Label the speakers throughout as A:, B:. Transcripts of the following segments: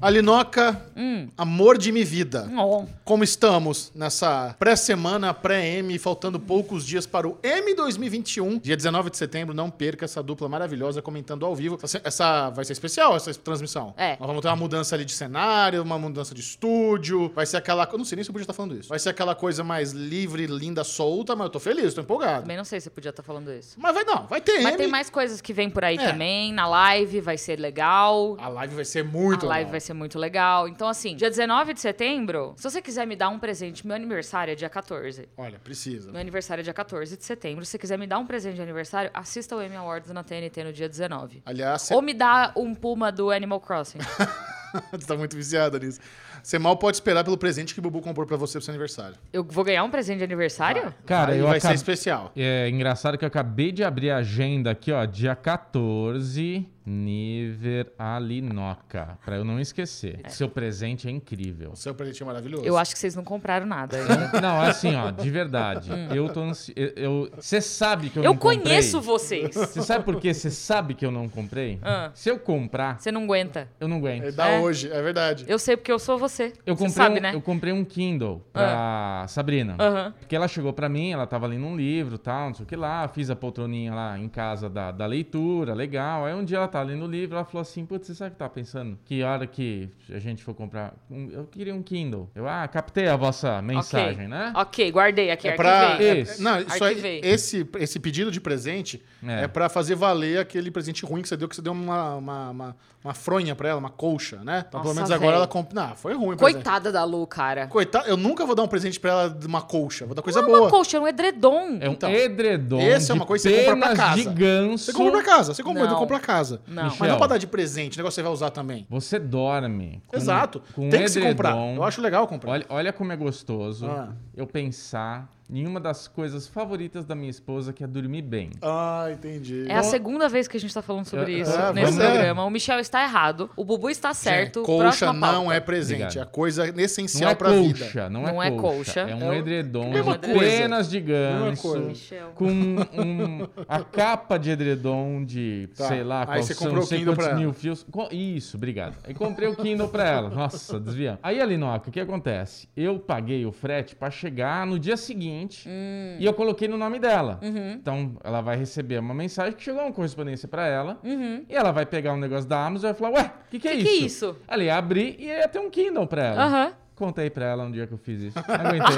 A: Alinoca,
B: Hum.
A: amor de minha vida.
B: Ó.
A: Como estamos nessa pré-semana, pré-M, faltando poucos dias para o M 2021, dia 19 de setembro. Não perca essa dupla maravilhosa comentando ao vivo. Essa, essa vai ser especial, essa transmissão.
B: É.
A: Nós vamos ter uma mudança ali de cenário, uma mudança de estúdio. Vai ser aquela. Eu não sei nem se eu podia estar falando isso. Vai ser aquela coisa mais livre, linda, solta, mas eu tô feliz, tô empolgado.
B: Também não sei se eu podia estar falando isso.
A: Mas vai não, vai ter
B: Mas
A: M.
B: tem mais coisas que vem por aí
A: É.
B: também, na live, vai ser legal.
A: A live vai ser muito
B: a live
A: legal.
B: vai ser muito legal. Então, assim, dia 19 de setembro, se você quiser me dar um presente, meu aniversário é dia 14.
A: Olha, precisa.
B: Meu aniversário é dia 14 de setembro. Se você quiser me dar um presente de aniversário, assista o Emmy Awards na TNT no dia 19.
A: Aliás, você
B: Ou me dá um puma do Animal Crossing.
A: Você tá muito viciada nisso. Você mal pode esperar pelo presente que o Bubu comprou pra você pro seu aniversário.
B: Eu vou ganhar um presente de aniversário?
C: Cara,
A: Aí
C: eu
A: vai
C: acabei...
A: ser especial.
C: É engraçado que eu acabei de abrir a agenda aqui, ó, dia 14, Niver Alinoca, pra eu não esquecer. Seu presente é incrível.
A: O seu presente é maravilhoso.
B: Eu acho que vocês não compraram nada ainda.
C: Não, assim, ó, de verdade. eu tô ansi... eu Você sabe que eu,
B: Eu
C: não comprei.
B: conheço vocês.
C: Você sabe por quê? Você sabe que eu não comprei?
B: Ah.
C: Se eu comprar,
B: Você não aguenta.
C: eu não aguento.
A: É da
B: É.
A: hoje, é verdade.
B: Eu sei porque eu sou você.
C: Eu
B: você
C: comprei,
B: sabe,
C: um,
B: né?
C: eu comprei um Kindle pra
A: Ah.
C: Sabrina.
B: Aham.
C: Porque ela chegou pra mim, ela tava lendo um livro, tal, não sei o que lá. Fiz a poltroninha lá em casa da, da leitura, legal. Aí um dia ela tá lendo o livro, ela falou assim, putz, você sabe o que eu tava pensando? Que hora que a gente for comprar... um- eu queria um Kindle. Eu, ah, captei a vossa mensagem,
B: ok,
C: né?
A: Ah,
B: Ok, guardei aqui,
A: É pra.
B: arquivei.
A: é-
C: Isso.
A: Não, isso aí,
B: Arquivei.
A: esse, esse pedido de presente é.
C: É.
A: pra fazer valer aquele presente ruim que você deu, que você deu uma, uma, uma, uma fronha pra ela, uma colcha, né? Então, pelo
B: Nossa,
A: menos agora
B: véi.
A: ela compra. Não, foi ruim, o presente.
B: Coitada da Lu, cara.
A: Coitada, eu nunca vou dar um presente pra ela de uma colcha. Vou dar coisa
B: Não é
A: Tá boa.
B: uma colcha, é um edredom.
C: É um
A: Então,
C: edredom
A: essa é
C: de
A: uma coisa que você compra pra
C: penas
A: casa.
C: de ganso.
A: Você compra pra casa, você compra,
B: Não.
A: eu compro pra casa.
B: Não.
A: Mas não é
C: Michel.
A: pra dar de presente, o negócio que você vai usar também.
C: Você dorme. com-
A: Exato.
C: com
A: Tem que se
C: edredom.
A: comprar. Eu acho legal comprar.
C: Olha, olha como é gostoso
A: Ah.
C: eu pensar em uma das coisas favoritas da minha esposa, que é dormir bem.
A: Ah, entendi.
B: É a segunda vez que a gente tá falando sobre
C: É,
B: isso
A: é,
B: nesse
A: pois é.
B: programa. O Michel está errado, o Bubu está certo.
A: Gente, É, colcha
B: Próxima
A: não
B: pauta.
A: é presente,
C: Obrigado.
A: é coisa essencial
C: Não é,
A: pra
C: colcha,
A: vida.
C: não é
B: Não é
C: colcha,
B: colcha.
C: É
B: É
C: um
B: o-
C: edredom
A: Mesma
C: de
A: coisa.
C: penas de ganso,
A: coisa.
B: Michel.
C: com um- a capa de edredom de,
A: Tá.
C: sei lá,
A: Aí
C: qual
A: você
C: são,
A: comprou
C: não sei
A: o Kindle
C: quantos
A: pra
C: mil
A: ela.
C: fios. Co- Isso, obrigado. Aí comprei o Kindle pra ela. Nossa, desviando. Aí, Alinoca, o que acontece? Eu paguei o frete pra chegar no dia seguinte
B: Hum.
C: e eu coloquei no nome dela.
B: Uhum.
C: Então, ela vai receber uma mensagem que chegou uma correspondência pra ela e ela vai pegar um negócio da Amazon e vai falar, ué, o que, que é
B: Uhum. Que
C: isso?
B: que é isso?
C: Ali, abri e ia ter um Kindle pra ela.
B: Aham.
C: Contei pra ela um dia que eu fiz isso. Não aguentei.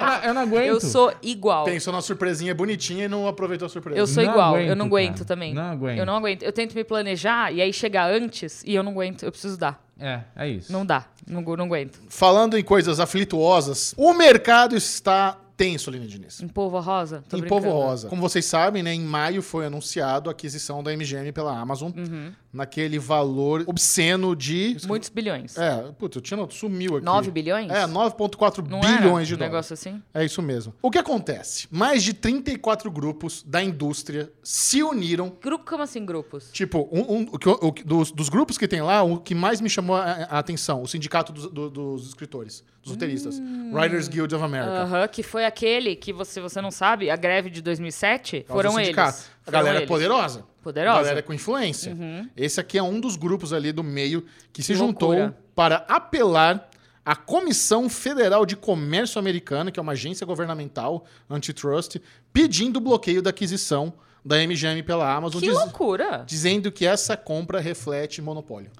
C: eu, não, eu não aguento.
B: Eu sou igual.
A: Pensou na surpresinha bonitinha e não aproveitou a surpresa.
B: Eu sou
C: Não
B: igual, eu
C: aguento,
B: não aguento
C: cara.
B: também.
C: Não aguento.
B: Eu não aguento. Eu tento me planejar e aí chegar antes e eu não aguento. Eu preciso dar.
C: É, é isso.
B: Não dá. Não, gu- não aguento.
A: Hum. Falando em coisas aflituosas, o mercado está tenso, Lina Diniz.
B: Em Um polvo rosa? Tô
A: em
B: brincando.
A: Um polvo rosa. Como vocês sabem, né, em maio foi anunciado a aquisição da MGM pela Amazon
B: Uhum.
A: naquele valor obsceno de
B: Muitos bilhões.
A: É, puta, eu tinha não, sumiu aqui.
B: 9 bilhões?
A: É, 9.4
B: não
A: bilhões
B: era
A: de
B: um
A: dólares.
B: negócio assim?
A: É isso mesmo. O que acontece? Mais de 34 grupos da indústria se uniram
B: Grupo, como assim grupos?
A: Tipo, um, um- o que- o que- dos, dos grupos que tem lá, o que mais me chamou a, a atenção, o sindicato dos, do- dos escritores, dos roteiristas. Writers Guild of America.
B: Hum. Aham, que foi aquele que, você, você não sabe, a greve de 2007,
A: Causa do
B: foram eles.
A: sindicato. A
B: Foram
A: galera é
B: eles.
A: poderosa.
B: Poderosa. Uhum.
A: Galera com influência. Esse aqui é um dos grupos ali do meio que se
B: Que
A: juntou
B: loucura.
A: para apelar à Comissão Federal de Comércio Americana, que é uma agência governamental antitrust, pedindo o bloqueio da aquisição da MGM pela Amazon.
B: Que
A: diz-
B: loucura!
A: dizendo que essa compra reflete monopólio.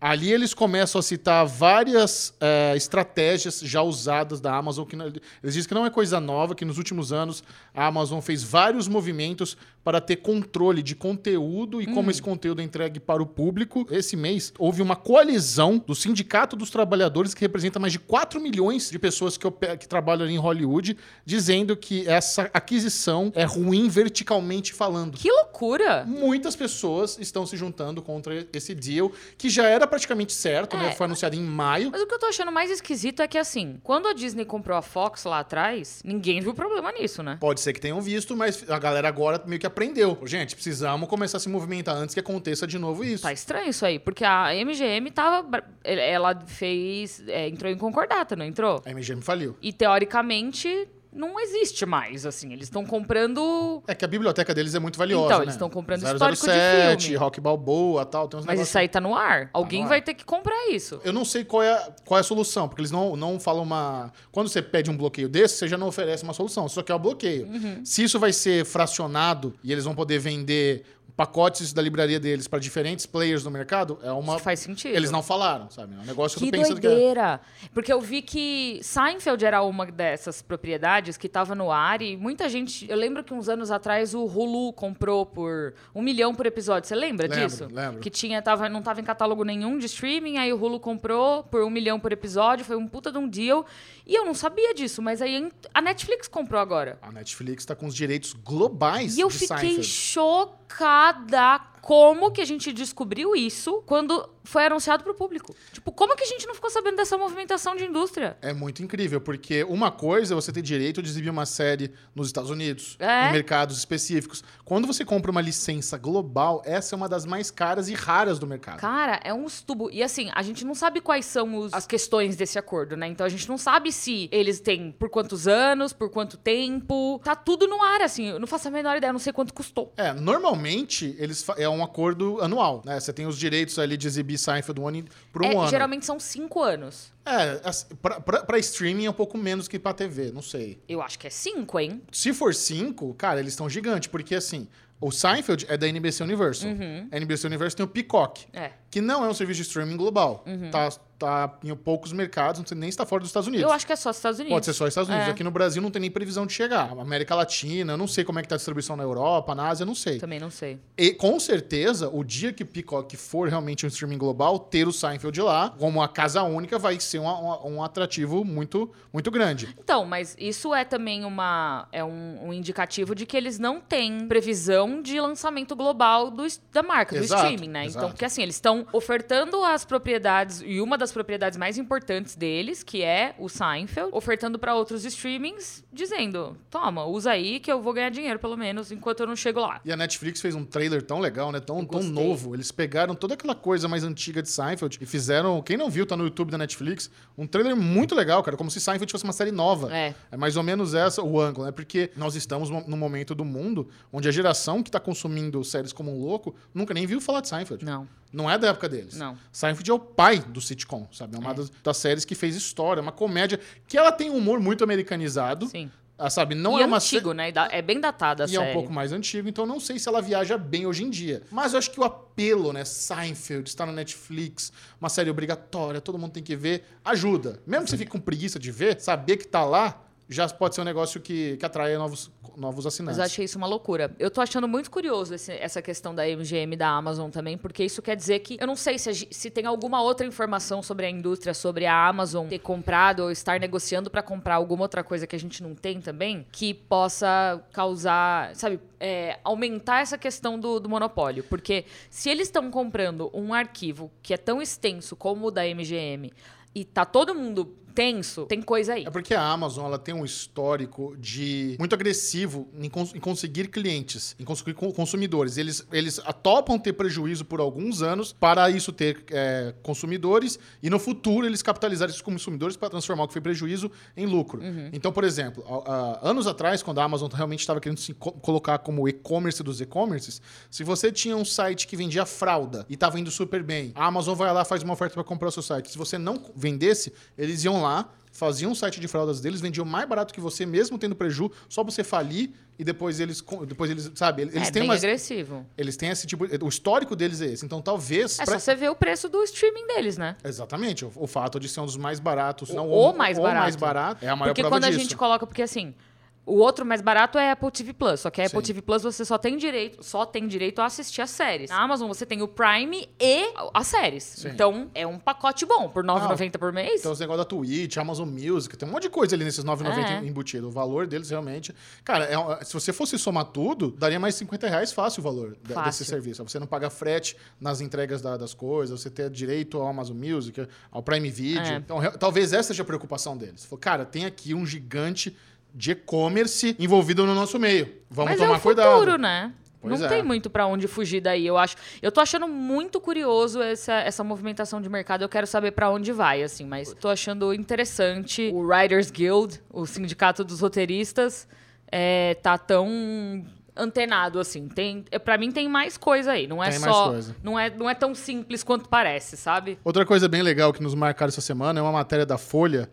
A: Ali eles começam a citar várias eh, estratégias já usadas da Amazon. Que não- eles dizem que não é coisa nova, que nos últimos anos a Amazon fez vários movimentos para ter controle de conteúdo e como esse conteúdo é entregue para o público. Esse mês houve uma coalizão do Sindicato dos Trabalhadores, que representa mais de 4 milhões de pessoas que, ope- que trabalham em Hollywood, dizendo que essa aquisição é ruim verticalmente falando
B: Que loucura!
A: muitas pessoas estão se juntando contra esse deal, que já era praticamente certo, né?
B: É.
A: Foi anunciado em maio.
B: Mas o que eu tô achando mais esquisito é que, assim, quando a Disney comprou a Fox lá atrás, ninguém viu problema nisso, né?
A: Pode ser que tenham visto, mas a galera agora meio que aprendeu. Gente, precisamos começar a se movimentar antes que aconteça de novo isso.
B: Tá estranho isso aí, porque a MGM tava. Ela fez. é, entrou em concordata, não entrou?
A: A MGM faliu.
B: E teoricamente não existe mais, assim. Eles estão comprando.
A: É que a biblioteca deles é muito valiosa.
B: Então, eles
A: né?
B: estão comprando histórico de filme.
A: Rock Balboa tal. Tem uns
B: Mas
A: negócios.
B: isso aí tá no ar. Alguém
A: no ar.
B: vai ter que comprar isso.
A: Eu não sei qual é, a- qual é a solução, porque eles não, não falam uma. Quando você pede um bloqueio desse, você já não oferece uma solução, você só quer o bloqueio.
B: Uhum.
A: Se isso vai ser fracionado e eles vão poder vender pacotes da livraria deles para diferentes players do mercado, é uma.
B: Isso faz sentido.
A: Eles não falaram, sabe? É um negócio que eu
B: Que
A: tô pensando que é.
B: doideira! Porque eu vi que Seinfeld era uma dessas propriedades que tava no ar e muita gente. Eu lembro que uns anos atrás o Hulu comprou por um milhão por episódio. Você lembra
A: Lembro,
B: disso?
A: lembro.
B: Que tinha, tava, não tava em catálogo nenhum de streaming, aí o Hulu comprou por um milhão por episódio, foi um puta de um deal. E eu não sabia disso, mas aí a Netflix comprou agora.
A: A Netflix tá com os direitos globais
B: E eu
A: de
B: fiquei
A: Seinfeld.
B: chocada como que a gente descobriu isso quando foi anunciado pro público. Tipo, como que a gente não ficou sabendo dessa movimentação de indústria?
A: É muito incrível, porque uma coisa é você ter direito de exibir uma série nos Estados Unidos,
B: É.
A: em mercados específicos. Quando você compra uma licença global, essa é uma das mais caras e raras do mercado.
B: Cara, é um estubo. E assim, a gente não sabe quais são os- as questões desse acordo, né? Então a gente não sabe se eles têm por quantos anos, por quanto tempo. Tá tudo no ar, assim. Eu não faço a menor ideia, eu não sei quanto custou.
A: É, normalmente eles fa- é um acordo anual, né? Você tem os direitos ali de exibir Seinfeld um ano em- por um
B: É,
A: ano.
B: Geralmente são cinco anos.
A: É, as- pra, pra- pra streaming é um pouco menos que pra TV, não sei.
B: Eu acho que é cinco, hein?
A: Se for cinco, cara, eles estão gigantes, porque assim, o Seinfeld é da NBC Universal.
B: Uhum.
A: A NBC Universal tem o Peacock,
B: É.
A: que não é um serviço de streaming global. Tá, tá em poucos mercados, não sei nem se tá fora dos Estados Unidos.
B: Uhum. Eu acho que é só Estados Unidos.
A: Pode ser só Estados Unidos.
B: É.
A: Aqui no Brasil não tem nem previsão de chegar. América Latina, eu não sei como é que tá a distribuição na Europa, na Ásia, eu não sei.
B: Também não sei.
A: E com certeza, o dia que Peacock for realmente um streaming global, ter o Seinfeld lá, como a casa única, vai ser um, um- um atrativo muito, muito grande.
B: Então, mas isso é também uma, é um, um indicativo de que eles não têm previsão de lançamento global do, es- da marca,
A: Exato,
B: do streaming, né?
A: exato.
B: Então, porque assim, eles estão ofertando as propriedades, e uma das propriedades mais importantes deles, que é o Seinfeld, ofertando para outros streamings, dizendo: toma, usa aí que eu vou ganhar dinheiro, pelo menos, enquanto eu não chego lá.
A: E a Netflix fez um trailer tão legal, né? Tão, tão
B: gostei.
A: novo. Eles pegaram toda aquela coisa mais antiga de Seinfeld e fizeram. Quem não viu, tá no YouTube da Netflix. Um trailer muito legal, cara. Como se Seinfeld fosse uma série nova.
B: É.
A: É mais ou menos essa o ângulo, né? Porque nós estamos mo- num momento do mundo onde a geração que tá consumindo séries como um louco nunca nem viu falar de Seinfeld.
B: Não,
A: Não é da época deles.
B: não.
A: Seinfeld é o pai do sitcom, sabe? É uma das, das séries que fez história, uma comédia que ela tem um humor muito americanizado,
B: Sim.
A: ah, sabe? Não
B: e
A: é uma sé-
B: antigo, né? E da- É bem datada a
A: e é
B: série.
A: um pouco mais antigo, então não sei se ela viaja bem hoje em dia. Mas eu acho que o apelo, né? Seinfeld, está na Netflix, uma série obrigatória, todo mundo tem que ver, ajuda. Mesmo que você fique com preguiça de ver, saber que tá lá já pode ser um negócio que, que atrai novos, novos assinantes.
B: Mas eu achei isso uma loucura. Eu tô achando muito curioso esse- essa questão da MGM e da Amazon também, porque isso quer dizer que eu não sei se, a gi- se tem alguma outra informação sobre a indústria, sobre a Amazon ter comprado ou estar negociando pra comprar alguma outra coisa que a gente não tem também, que possa causar, sabe, é, aumentar essa questão do, do monopólio. Porque se eles estão comprando um arquivo que é tão extenso como o da MGM e tá todo mundo tenso, tem coisa aí.
A: É porque a Amazon ela tem um histórico de muito agressivo em, cons- em conseguir clientes, em conseguir co- consumidores. Eles, eles atopam ter prejuízo por alguns anos para isso ter é, consumidores e no futuro eles capitalizarem esses consumidores para transformar o que foi prejuízo em lucro. Então, por exemplo, a- a- anos atrás, quando a Amazon realmente estava querendo se co- colocar como e-commerce dos e-commerces, se você tinha um site que vendia fralda e estava indo super bem, a Amazon vai lá faz uma oferta para comprar o seu site. Se você não vendesse, eles iam lá, faziam um site de fraldas deles, vendiam mais barato que você, mesmo tendo preju, só pra você falir e depois eles, co- depois eles sabe, eles
B: é
A: têm
B: bem
A: umas,
B: agressivo.
A: eles têm esse tipo, o histórico deles é esse. Então talvez
B: É
A: pra-
B: só você ver o preço do streaming deles, né?
A: Exatamente, o, o fato de ser um dos mais baratos,
B: O-
A: não um,
B: o mais
A: mais
B: barato.
A: barato, é a maior
B: Porque
A: prova
B: quando
A: disso.
B: a gente coloca, porque assim, o outro mais barato é Apple TV Plus, só que a Apple
A: Sim.
B: TV Plus você só tem direito, só tem direito a assistir as séries. Na Amazon você tem o Prime e as séries.
A: Sim.
B: Então é um pacote bom por R$ 9,90 por mês.
A: Então, os negócios da Twitch, Amazon Music, tem um monte de coisa ali nesses 9,90
B: É.
A: embutido. O valor deles realmente. Cara, é um- se você fosse somar tudo, daria mais 50 reais fácil o valor de-
B: Fácil.
A: desse serviço. Você não paga frete nas entregas da- das coisas, você ter direito ao Amazon Music, ao Prime Video.
B: É.
A: Então, re- talvez essa seja a preocupação deles. Falou, cara, tem aqui um gigante de e-commerce envolvido no nosso meio. Vamos
B: Mas
A: tomar
B: é o
A: cuidado.
B: futuro, né?
A: Pois
B: não
A: é.
B: tem muito pra onde fugir daí, eu acho. Eu tô achando muito curioso essa, essa movimentação de mercado. Eu quero saber pra onde vai, assim, mas tô achando interessante. O Writers Guild, o sindicato dos roteiristas, é, tá tão antenado assim. Tem, é, para mim tem mais coisa aí, não é
A: Tem mais
B: só
A: coisa.
B: não é não é tão simples quanto parece, sabe?
A: Outra coisa bem legal que nos marcaram essa semana é uma matéria da Folha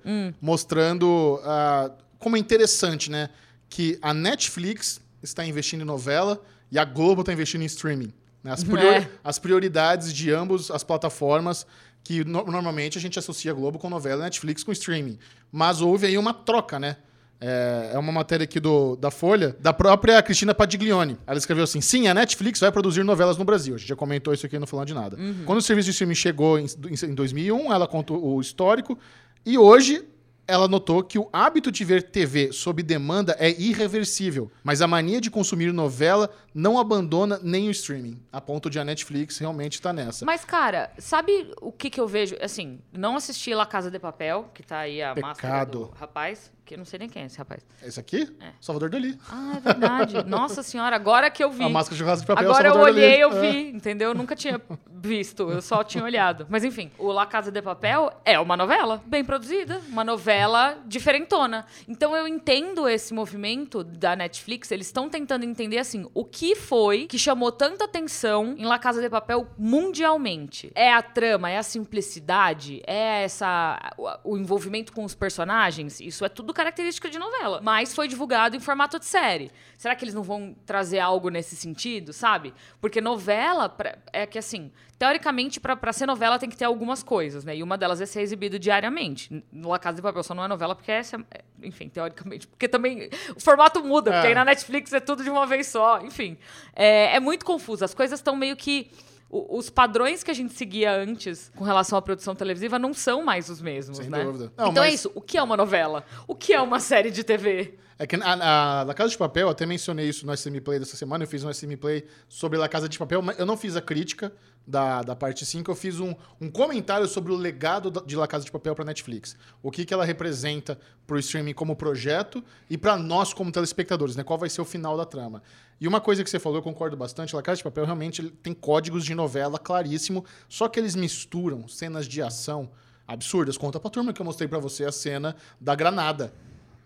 A: mostrando ah, como é interessante, né? Que a Netflix está investindo em novela e a Globo está investindo em streaming. né? As, prior-
B: É.
A: as prioridades de ambos as plataformas que no- normalmente a gente associa a Globo com novela e Netflix com streaming. Mas houve aí uma troca, né? É é uma matéria aqui do, da Folha, da própria Cristina Padiglione. Ela escreveu assim: sim, a Netflix vai produzir novelas no Brasil. A gente já comentou isso aqui no Falando de Nada. Quando o serviço de streaming chegou em, em 2001, ela conta o histórico. E hoje, ela notou que o hábito de ver TV sob demanda é irreversível, mas a mania de consumir novela não abandona nem o streaming, a ponto de a Netflix realmente estar nessa.
B: Mas cara, sabe o que que eu vejo? Assim, não assisti La Casa de Papel, que tá aí a máscara
A: Pecado.
B: do rapaz, que eu não sei nem quem é esse rapaz.
A: Esse aqui? Salvador Dali.
B: Ah, é verdade. Nossa senhora, agora que eu vi.
A: A máscara de rasgo de papel.
B: Agora eu
A: Salvador Dali.
B: olhei, eu
A: É.
B: vi, entendeu? Eu nunca tinha visto, eu só tinha olhado. Mas enfim, o La Casa de Papel é uma novela bem produzida, uma novela diferentona. Então eu entendo esse movimento da Netflix, eles estão tentando entender assim, o que foi que chamou tanta atenção em La Casa de Papel mundialmente? É a trama, é a simplicidade, é essa o, o envolvimento com os personagens, isso é tudo característica de novela, mas foi divulgado em formato de série. Será que eles não vão trazer algo nesse sentido, sabe? Porque novela pra- é que assim, teoricamente pra pra ser novela tem que ter algumas coisas, né? E uma delas é ser exibido diariamente. N- No La Casa de Papel só não é novela porque essa, é- enfim, teoricamente, porque também o formato muda, porque
A: É.
B: aí na Netflix é tudo de uma vez só, enfim. É, é muito confuso, as coisas estão meio que o- os padrões que a gente seguia antes com relação à produção televisiva não são mais os mesmos,
A: Sem
B: né?
A: dúvida. Não,
B: então é
A: mas-
B: isso. O que é uma novela? O que é uma série de TV?
A: É que a, a La Casa de Papel, eu até mencionei isso no SM Play dessa semana, eu fiz um SM Play sobre La Casa de Papel, mas eu não fiz a crítica da, da parte 5, eu fiz um, um comentário sobre o legado da- de La Casa de Papel para Netflix. O que, que ela representa para o streaming como projeto e para nós como telespectadores, né? Qual vai ser o final da trama. E uma coisa que você falou, eu concordo bastante, La Casa de Papel realmente ele tem códigos de novela claríssimo, só que eles misturam cenas de ação absurdas. Conta pra turma que eu mostrei pra você a cena da granada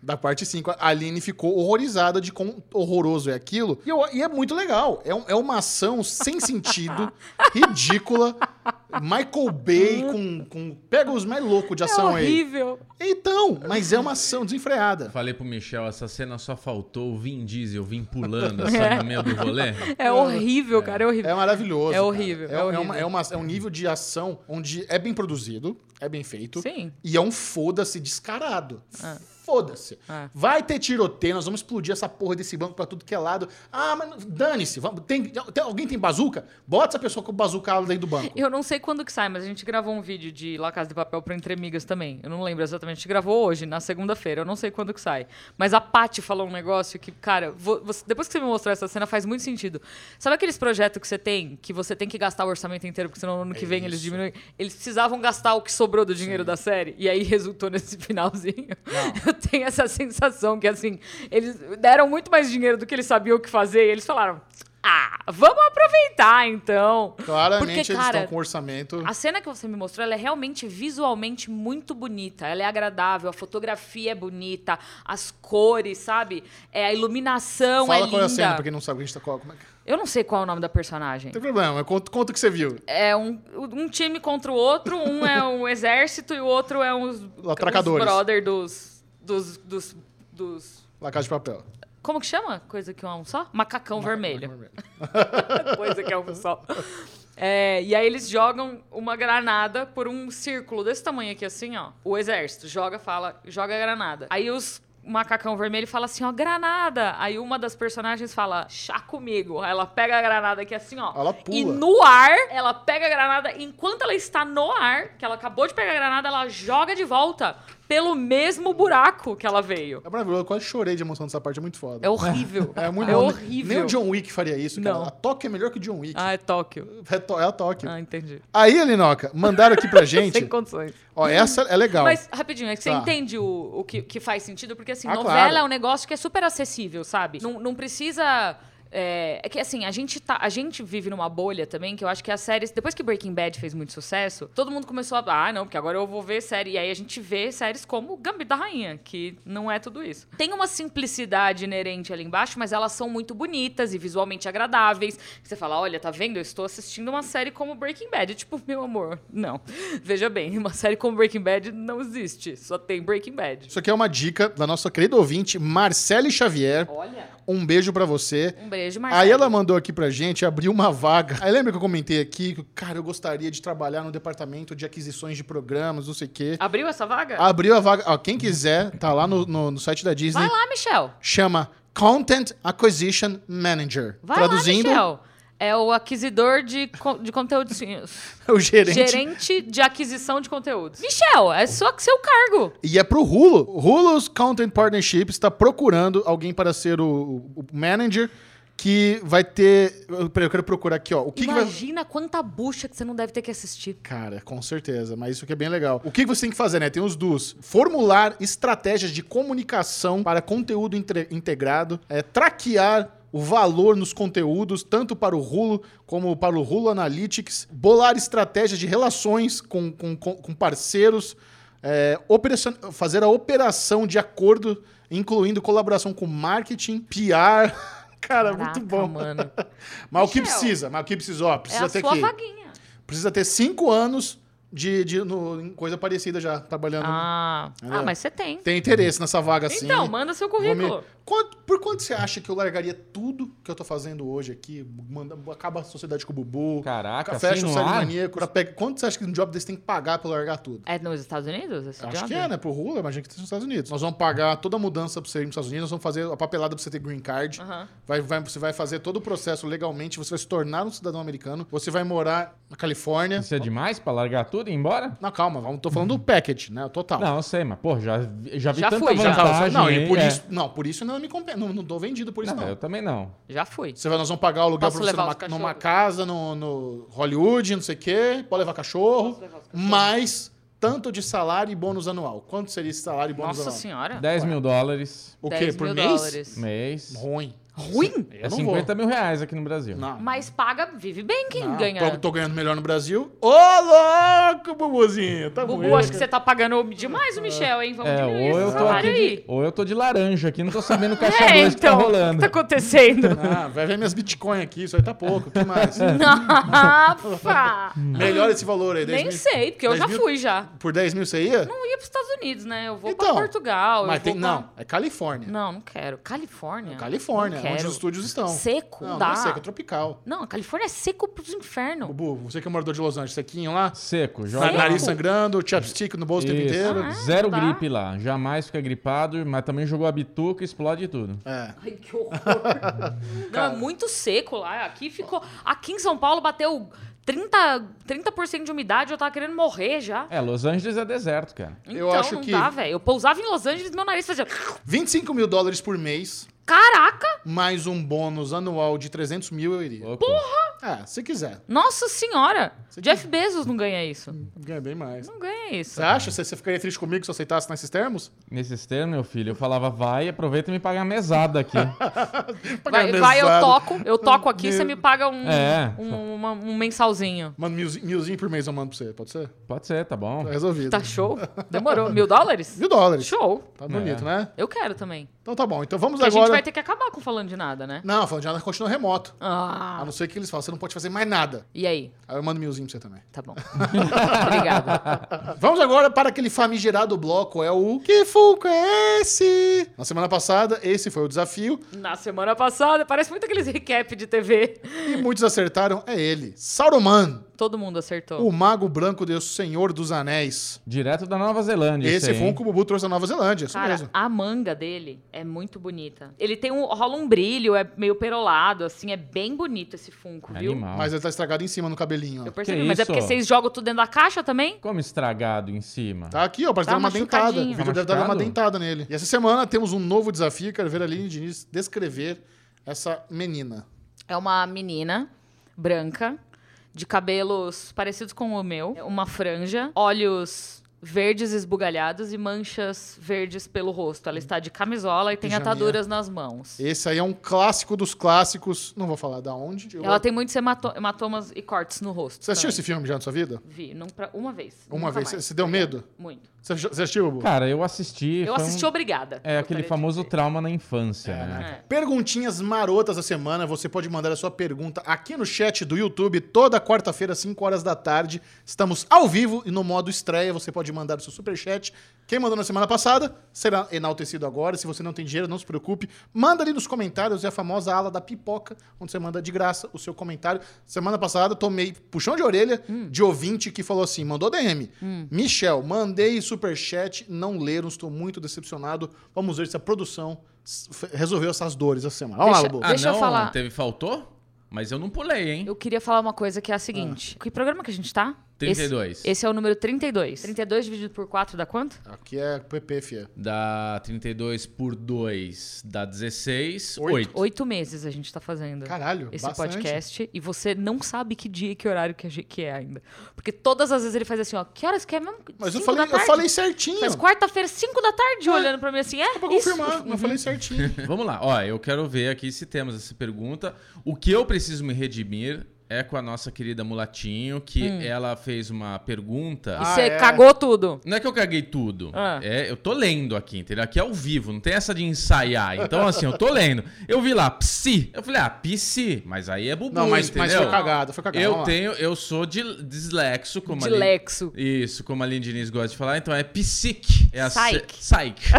A: da parte 5, a Aline ficou horrorizada de quão horroroso é aquilo. E, eu- e é muito legal. É, um- é uma ação sem sentido, ridícula. Michael Bay com, com. Pega os mais loucos de ação aí.
B: É horrível.
A: Então, mas é uma ação desenfreada.
C: Falei pro Michel, essa cena só faltou o Vin Diesel vim pulando assim no meio do rolê.
B: É horrível, cara. É horrível.
A: É maravilhoso.
B: É
A: cara.
B: horrível,
A: É,
B: é
A: é
B: horrível.
A: uma- é uma- é um nível de ação onde é bem produzido, é bem feito.
B: Sim.
A: E é um foda-se descarado.
B: É.
A: Foda-se.
B: É.
A: Vai ter tiroteio, nós vamos explodir essa porra desse banco pra tudo que é lado. Ah, mas dane-se. vamos- Tem, tem- alguém tem bazuca? Bota essa pessoa com bazuca dentro do banco.
B: Eu não sei quando que sai, mas a gente gravou um vídeo de La Casa de Papel pro Entre Amigas também. Eu não lembro exatamente. A gente gravou hoje, na segunda-feira. Eu não sei quando que sai. Mas a Paty falou um negócio que, cara, vo- você- depois que você me mostrou essa cena, faz muito sentido. Sabe aqueles projetos que você tem, que você tem que gastar o orçamento inteiro, porque senão no ano que vem eles
A: isso.
B: diminuem? Eles precisavam gastar o que sobrou do dinheiro da série. E aí resultou nesse finalzinho. Eu tenho essa sensação que, assim, eles deram muito mais dinheiro do que eles sabiam o que fazer. E eles falaram... Ah, vamos aproveitar então.
A: Claramente
B: Porque,
A: eles
B: cara,
A: estão com orçamento.
B: a cena que você me mostrou, ela é realmente visualmente muito bonita. Ela é agradável, a fotografia é bonita, as cores, sabe? É, a iluminação é
A: Fala
B: linda.
A: qual é a cena, pra quem não sabe, a gente tá qual. Como é que... Não
B: Eu não sei qual é o nome da personagem.
A: tem problema, conta, conta o que você viu.
B: É um, um time contra o outro, um é um exército e o outro é uns, uns
A: Atracadores.
B: brother dos, dos, dos, dos...
A: La Casa de Papel.
B: Como que chama? Coisa que é um só? Macacão vermelho. coisa que é um só. É, e aí eles jogam uma granada por um círculo desse tamanho aqui, assim, ó. O exército joga, fala, joga a granada. Aí os o macacão vermelho fala assim, ó, granada. Aí uma das personagens fala, chá comigo. Aí ela pega a granada aqui assim, ó.
A: Ela pula.
B: E no ar, ela pega a granada. Enquanto ela está no ar, que ela acabou de pegar a granada, ela joga de volta pelo mesmo buraco que ela veio.
A: É maravilhoso, eu quase chorei de emoção dessa parte, é muito foda.
B: É horrível.
A: É muito bom.
B: horrível.
A: Nem o John Wick faria isso, cara.
B: Não.
A: A Tóquio é melhor que o John Wick.
B: Ah, é Tóquio.
A: É, to- é a Tóquio.
B: Ah, entendi.
A: Aí, Linoca, mandaram aqui pra gente.
B: Sem condições.
A: Ó, essa é legal.
B: Mas, rapidinho, é que você
A: Tá.
B: entende o, o que, que faz sentido, porque assim,
A: Ah,
B: novela
A: claro.
B: é um negócio que é super acessível, sabe? Não, não precisa. é, É, é que assim, a gente, tá, a gente vive numa bolha também, que eu acho que as séries. Depois que Breaking Bad fez muito sucesso, todo mundo começou a. Ah, não, porque agora eu vou ver série. E aí a gente vê séries como Gambito da Rainha, que não é tudo isso. Tem uma simplicidade inerente ali embaixo, mas elas são muito bonitas e visualmente agradáveis. Você fala, olha, tá vendo? Eu estou assistindo uma série como Breaking Bad. Tipo, meu amor, não. Veja bem, uma série como Breaking Bad não existe. Só tem Breaking Bad.
A: Isso aqui é uma dica da nossa querida ouvinte, Marcele Xavier.
B: Olha.
A: Um beijo pra você.
B: Um beijo, Marcelo.
A: Aí ela mandou aqui pra gente, abriu uma vaga. Aí lembra que eu comentei aqui que, cara, eu gostaria de trabalhar no departamento de aquisições de programas, não sei o quê.
B: Abriu essa vaga?
A: Abriu a vaga. Ó, quem quiser, tá lá no, no- no site da Disney.
B: Vai lá, Michel.
A: Chama Content Acquisition Manager.
B: Vai
A: Traduzindo,
B: lá, Michel. É o aquisitador de, co- de conteúdos.
A: o gerente.
B: Gerente de aquisição de conteúdos. Michel, é só que seu cargo.
A: E é pro Hulu. Hulu's Content Partnership está procurando alguém para ser o, o manager que vai ter. eu- Peraí, eu quero procurar aqui, ó. O que, que vai.
B: Imagina quanta bucha que você não deve ter que assistir.
A: Cara, com certeza, mas isso que é bem legal. O que que você tem que fazer, né? Tem os dos. Formular estratégias de comunicação para conteúdo entre- integrado, é, traquear o valor nos conteúdos, tanto para o Rulo como para o Rulo Analytics, bolar estratégias de relações com, com- com- com parceiros, é, operacion- fazer a operação de acordo, incluindo colaboração com marketing, PR. Cara, muito
B: Caraca,
A: bom.
B: mano.
A: Mas o que
B: Michel,
A: precisa? Mas o que precisa? Ó,
B: É
A: precisa
B: a
A: ter
B: sua
A: que
B: vaguinha.
A: precisa ter cinco anos de, de- no- em coisa parecida já, trabalhando.
B: Ah, ah, mas você tem.
A: Tem interesse nessa vaga, sim.
B: Então, manda seu
A: É. Assim, Vou me-
B: currículo.
A: Quanto- por quanto você acha que eu largaria tudo que eu tô fazendo hoje aqui? Manda, acaba a sociedade com o Bubu.
C: Caraca,
A: fecha
C: assim
A: o
C: no
A: Série
C: ar?
A: Maníaco. já pega- Quanto você acha que um job desse tem que pagar pra eu largar tudo?
B: É nos Estados Unidos? Esse
A: Acho
B: job?
A: que é, né? Pro Rula, imagina que tem nos Estados Unidos. Nós vamos pagar toda a mudança pra você ir nos Estados Unidos, nós vamos fazer a papelada pra você ter green card.
B: Aham.
A: Vai- vai- você vai fazer todo o processo legalmente, você vai se tornar um cidadão americano, você vai morar na Califórnia.
C: Isso é demais pra largar tudo e ir embora?
A: Não, calma, vamos- tô falando do package, né? O total.
C: Não, eu sei, mas, pô, já, vi- já vi
B: Já
C: tanta
B: fui, já.
C: vantagem.
A: não, e
C: hein?
A: por
C: É.
A: isso, não, por isso não me compensa. Não, não dou vendido por isso,
C: Não,
A: não.
C: eu também não.
B: Já fui.
A: Você vai, nós vamos pagar o lugar
B: Posso
A: pra você
B: levar
A: numa,
B: os
A: numa
B: cachorros?
A: casa, no, no Hollywood, não sei o quê. Pode levar cachorro.
B: Posso levar os cachorros?
A: Mas tanto de salário e bônus anual. Quanto seria esse salário e bônus
B: Nossa
A: anual?
B: senhora.
C: 10 mil dólares
A: O
B: 10
A: quê? Por
B: mil
A: mês?
B: dólares.
C: mês.
A: Ruim.
B: Ruim?
A: Eu
C: É
A: não vou.
C: 50 mil reais aqui no Brasil.
A: Não.
B: Mas paga, vive bem quem
A: não.
B: ganha.
A: Tô, tô ganhando melhor no Brasil. Ô, louco, Bubuzinho. Tá
B: Bubu,
A: moendo.
B: acho que você tá pagando demais o Michel, hein? Vamos
C: É,
B: diminuir
C: ou eu,
B: esse
C: tô
B: salário
C: aqui de,
B: aí.
C: ou eu tô de laranja aqui, não tô sabendo o caixa
B: É,
C: 2 que tá
B: então, o que
C: rolando.
B: tá acontecendo?
A: Ah, vai ver minhas bitcoins aqui. Isso aí tá pouco. O que mais?
C: É.
B: Rafa!
A: melhor esse valor aí. 10
B: Nem
A: mil-
B: sei, porque eu
A: 10
B: já
A: mil-
B: fui já.
A: Por 10 mil você ia?
B: Não ia pros Estados Unidos, né? Eu vou
A: Então,
B: pra Portugal.
A: Mas
B: eu
A: tem,
B: vou
A: não,
B: Pra...
A: é Califórnia. É
B: Não, não quero. Califórnia.
A: Califórnia,
B: Não quero.
A: onde os estúdios estão.
B: Seco,
A: Não,
B: não,
A: não
B: dá.
A: é seco, é tropical.
B: Não, a Califórnia é seco pros infernos.
A: Bubu, você que é morador de Los Angeles, sequinho lá,
C: Seco,
A: na-
C: joga.
B: Seco?
A: nariz sangrando, chapstick no bolso o tempo
C: Isso.
A: inteiro.
B: Ah,
C: Zero
B: tá.
C: gripe lá. Jamais fica gripado, mas também jogou a bituca, explode tudo.
A: É.
B: Ai, que horror. não, é muito seco lá. Aqui ficou. Aqui em São Paulo bateu 30%, 30 de umidade, eu tava querendo morrer já.
C: É, Los Angeles é deserto, cara.
B: Então,
A: Eu acho
B: não
A: que-
B: dá, velho. Eu pousava em Los Angeles meu nariz fazia.
A: 25 mil dólares por mês,
B: Caraca!
A: mais um bônus anual de 300 mil, eu iria.
C: Louco. Porra!
A: Ah, se quiser.
B: Nossa senhora!
A: Você
B: Jeff Bezos não ganha isso.
A: Ganha bem mais.
B: Não ganha isso.
A: Você acha? Você, você ficaria triste comigo se eu aceitasse nesses termos?
C: Nesses termos, meu filho, eu falava, vai, aproveita e me paga a mesada aqui.
B: Vai, vai, eu toco, eu toco aqui, você me paga um,
C: É.
B: um, uma- um mensalzinho.
A: Mano, milzinho milzinho por mês eu mando pra você, pode ser?
C: Pode ser, tá bom.
A: Tá resolvido.
B: Tá show? Demorou. Mil dólares?
A: Mil dólares.
B: Show.
A: Tá bonito,
C: É.
A: né?
B: Eu quero também.
A: Então tá bom. Então vamos
B: Porque a gente
A: agora...
B: vai ter que acabar com falando de nada, né?
A: Não, falando de nada, continua remoto. A
B: Ah.
A: não ser que eles falam, você não pode fazer mais nada.
B: E aí?
A: Aí eu mando milzinho pra você também.
B: Tá bom. Obrigada.
A: Ah, Vamos agora para aquele famigerado bloco, é o Que Fulco é esse? Na semana passada, esse foi o desafio
B: Na semana passada, parece muito aqueles recap de TV.
A: e muitos acertaram, é ele. Saruman,
B: Todo mundo acertou.
A: o mago branco do Senhor dos Anéis.
C: Direto da Nova Zelândia.
A: esse
C: aí,
A: foi um
C: hein?
A: que o Bubu trouxe da Nova Zelândia, isso
B: Cara,
A: mesmo.
B: a manga dele é muito bonita. Ele tem um. rola um brilho, é meio perolado, assim, é bem bonito esse funko, viu?
C: Animal.
A: Mas ele tá estragado em cima no cabelinho,
B: Eu
A: ó.
B: percebi,
C: Que
B: mas é
C: isso?
B: porque vocês jogam tudo dentro da caixa também?
C: Como estragado em cima.
A: Tá aqui, ó, parece
B: Tá
A: dar uma dentada. O
B: machucadinho.
A: vídeo
C: Tá
A: deve dar uma
C: machucado?
A: dentada nele. E essa semana temos um novo desafio, quero ver a Aline Diniz descrever essa menina.
B: É uma menina branca, de cabelos parecidos com o meu, uma franja, olhos verdes esbugalhadas e manchas verdes pelo rosto. Ela está de camisola e tem
A: Pijaminha.
B: ataduras nas mãos.
A: Esse aí é um clássico dos clássicos. Não vou falar da onde. Eu-
B: Ela tem muitos hemato- hematomas e cortes no rosto.
A: Você assistiu
B: também.
A: esse filme já na sua vida?
B: Vi, não pra- uma vez.
A: Uma
B: nunca
A: vez.
B: mais.
A: Você deu medo?
B: Muito.
A: Você você assistiu, Bubu?
D: Cara, eu assisti.
B: Eu
D: foi um-
B: assisti obrigada.
D: É
B: eu
D: aquele
B: queria
D: famoso
B: dizer.
D: trauma na infância, né?
B: É.
A: Perguntinhas marotas da semana. Você pode mandar a sua pergunta aqui no chat do YouTube toda quarta-feira, 5 horas da tarde. Estamos ao vivo e no modo estreia. Você pode mandar o seu superchat. Quem mandou na semana passada será enaltecido agora. Se você não tem dinheiro, não se preocupe. Manda ali nos comentários. É a famosa ala da pipoca, onde você manda de graça o seu comentário. Semana passada tomei puxão de orelha de ouvinte que falou assim: mandou DM. Michel, mandei superchat, não leram, estou muito decepcionado. Vamos ver se a produção s- f- resolveu essas dores essa semana. Vamos lá,
B: Deixa-
A: Lobo.
B: Ah, Deixa eu
C: não,
B: falar.
C: Teve, faltou? Mas eu não pulei, hein?
B: Eu queria falar uma coisa que é a
A: Ah.
B: seguinte. Que programa que a gente tá?
C: 32.
B: Esse, esse é o número 32. 32 dividido por 4 dá quanto?
A: Aqui é PP, fia.
C: Dá 32 por 2, dá 16.
A: Oito.
C: 8.
B: Oito meses a gente tá fazendo.
A: É. Caralho,
B: Esse
A: bastante.
B: podcast e você não sabe que dia e que horário que, a gente- que é ainda. Porque todas as vezes ele faz assim, ó, que horas que é mesmo?
A: Mas eu
B: Cinco
A: falei,
B: da
A: eu
B: tarde?
A: falei assim, certinho.
B: Faz quarta-feira, 5 da tarde, olhando pra mim assim, é?
A: Pra
B: isso?
A: confirmar, eu falei certinho.
C: Vamos lá, ó, eu quero ver aqui se temos essa pergunta. O que eu preciso me redimir é com a nossa querida Mulatinho, que ela fez uma pergunta.
B: E
A: Ah,
B: você
A: é.
B: cagou tudo.
C: Não é que eu caguei tudo.
B: Ah.
C: É, eu tô lendo aqui, entendeu? Aqui é ao vivo, não tem essa de ensaiar. Então, assim, eu tô lendo. Eu vi lá, psi. Eu falei, ah, psi. Mas aí é bubu,
A: Não, mas,
C: entendeu?
A: mas foi cagada, foi cagada.
C: eu
A: vamos lá.
C: tenho, eu sou de, dislexo, como
B: De
C: a Aline-
B: lexo.
C: Isso, como a Aline Diniz gosta de falar, então é psique. É a se-
B: Psyche.
C: Psyche.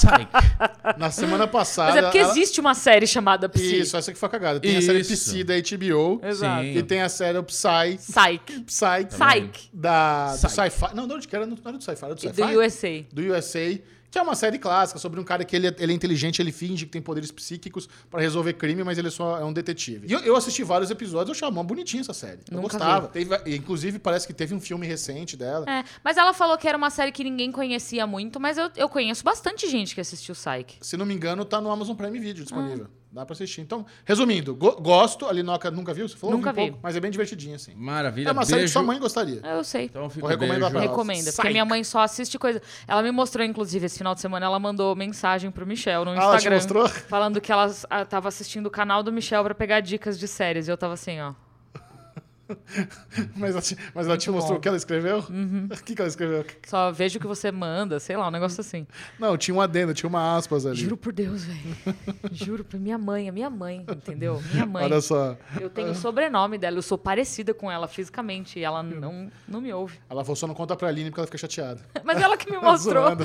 C: Psyche.
A: Na semana passada.
B: Mas é porque
A: ela-
B: existe uma série chamada Psy.
A: Isso, essa que foi cagada. Tem a série
C: Isso.
A: Psy da HBO.
B: Exato.
C: Sim.
A: E tem a série Psy.
B: Psyche.
A: Psy.
B: Psyche.
A: Da, do
C: Psy.
A: Sci-Fi. Não, de onde que era? Não era do Sci-Fi, era do
B: E
A: Sci-Fi.
B: do USA.
A: do USA, que é uma série clássica sobre um cara que ele, é- ele é inteligente, ele finge que tem poderes psíquicos pra resolver crime, mas ele só é um detetive. E eu, eu assisti vários episódios, eu achava mó bonitinha essa série. eu
B: Nunca
A: gostava. Teve- e, inclusive, parece que teve um filme recente dela.
B: É, mas ela falou que era uma série que ninguém conhecia muito, mas eu, eu conheço bastante gente que assistiu Psyche.
A: Se não me engano, tá no Amazon Prime Video disponível.
B: Ah.
A: Dá pra assistir. Então, resumindo, go- gosto. A Linoca nunca viu? Você falou?
B: Nunca
A: vi um
B: vi.
A: pouco, mas é bem divertidinha, assim.
C: Maravilha,
A: É uma série que
C: beijo.
A: sua mãe gostaria.
B: Eu sei.
C: Então fica
A: Vou
C: o beijo.
A: recomendar pra ela.
B: Recomenda, porque
A: Psyche.
B: minha mãe só assiste coisa. Ela me mostrou, inclusive, esse final de semana, ela mandou mensagem pro Michel no
A: Ah, ela te
B: Instagram.
A: mostrou?
B: Falando que ela ah, tava assistindo o canal do Michel pra pegar dicas de séries. E eu tava assim, ó.
A: Mas ela te, mas ela te
B: Muito
A: mostrou
B: bom. Uhum.
A: o que ela escreveu? O que, que ela escreveu?
B: Só vejo o que você manda, sei lá, um negócio assim.
A: Não, tinha um adendo, tinha uma aspas ali.
B: Juro por Deus, velho. Juro por minha mãe, é minha mãe, entendeu? Minha mãe.
A: Olha só.
B: Eu tenho o sobrenome dela, eu sou parecida com ela fisicamente e ela não, não me ouve.
A: Ela falou, só não conta pra Aline porque ela fica chateada.
B: Mas ela que me mostrou.
A: Tá Zoando.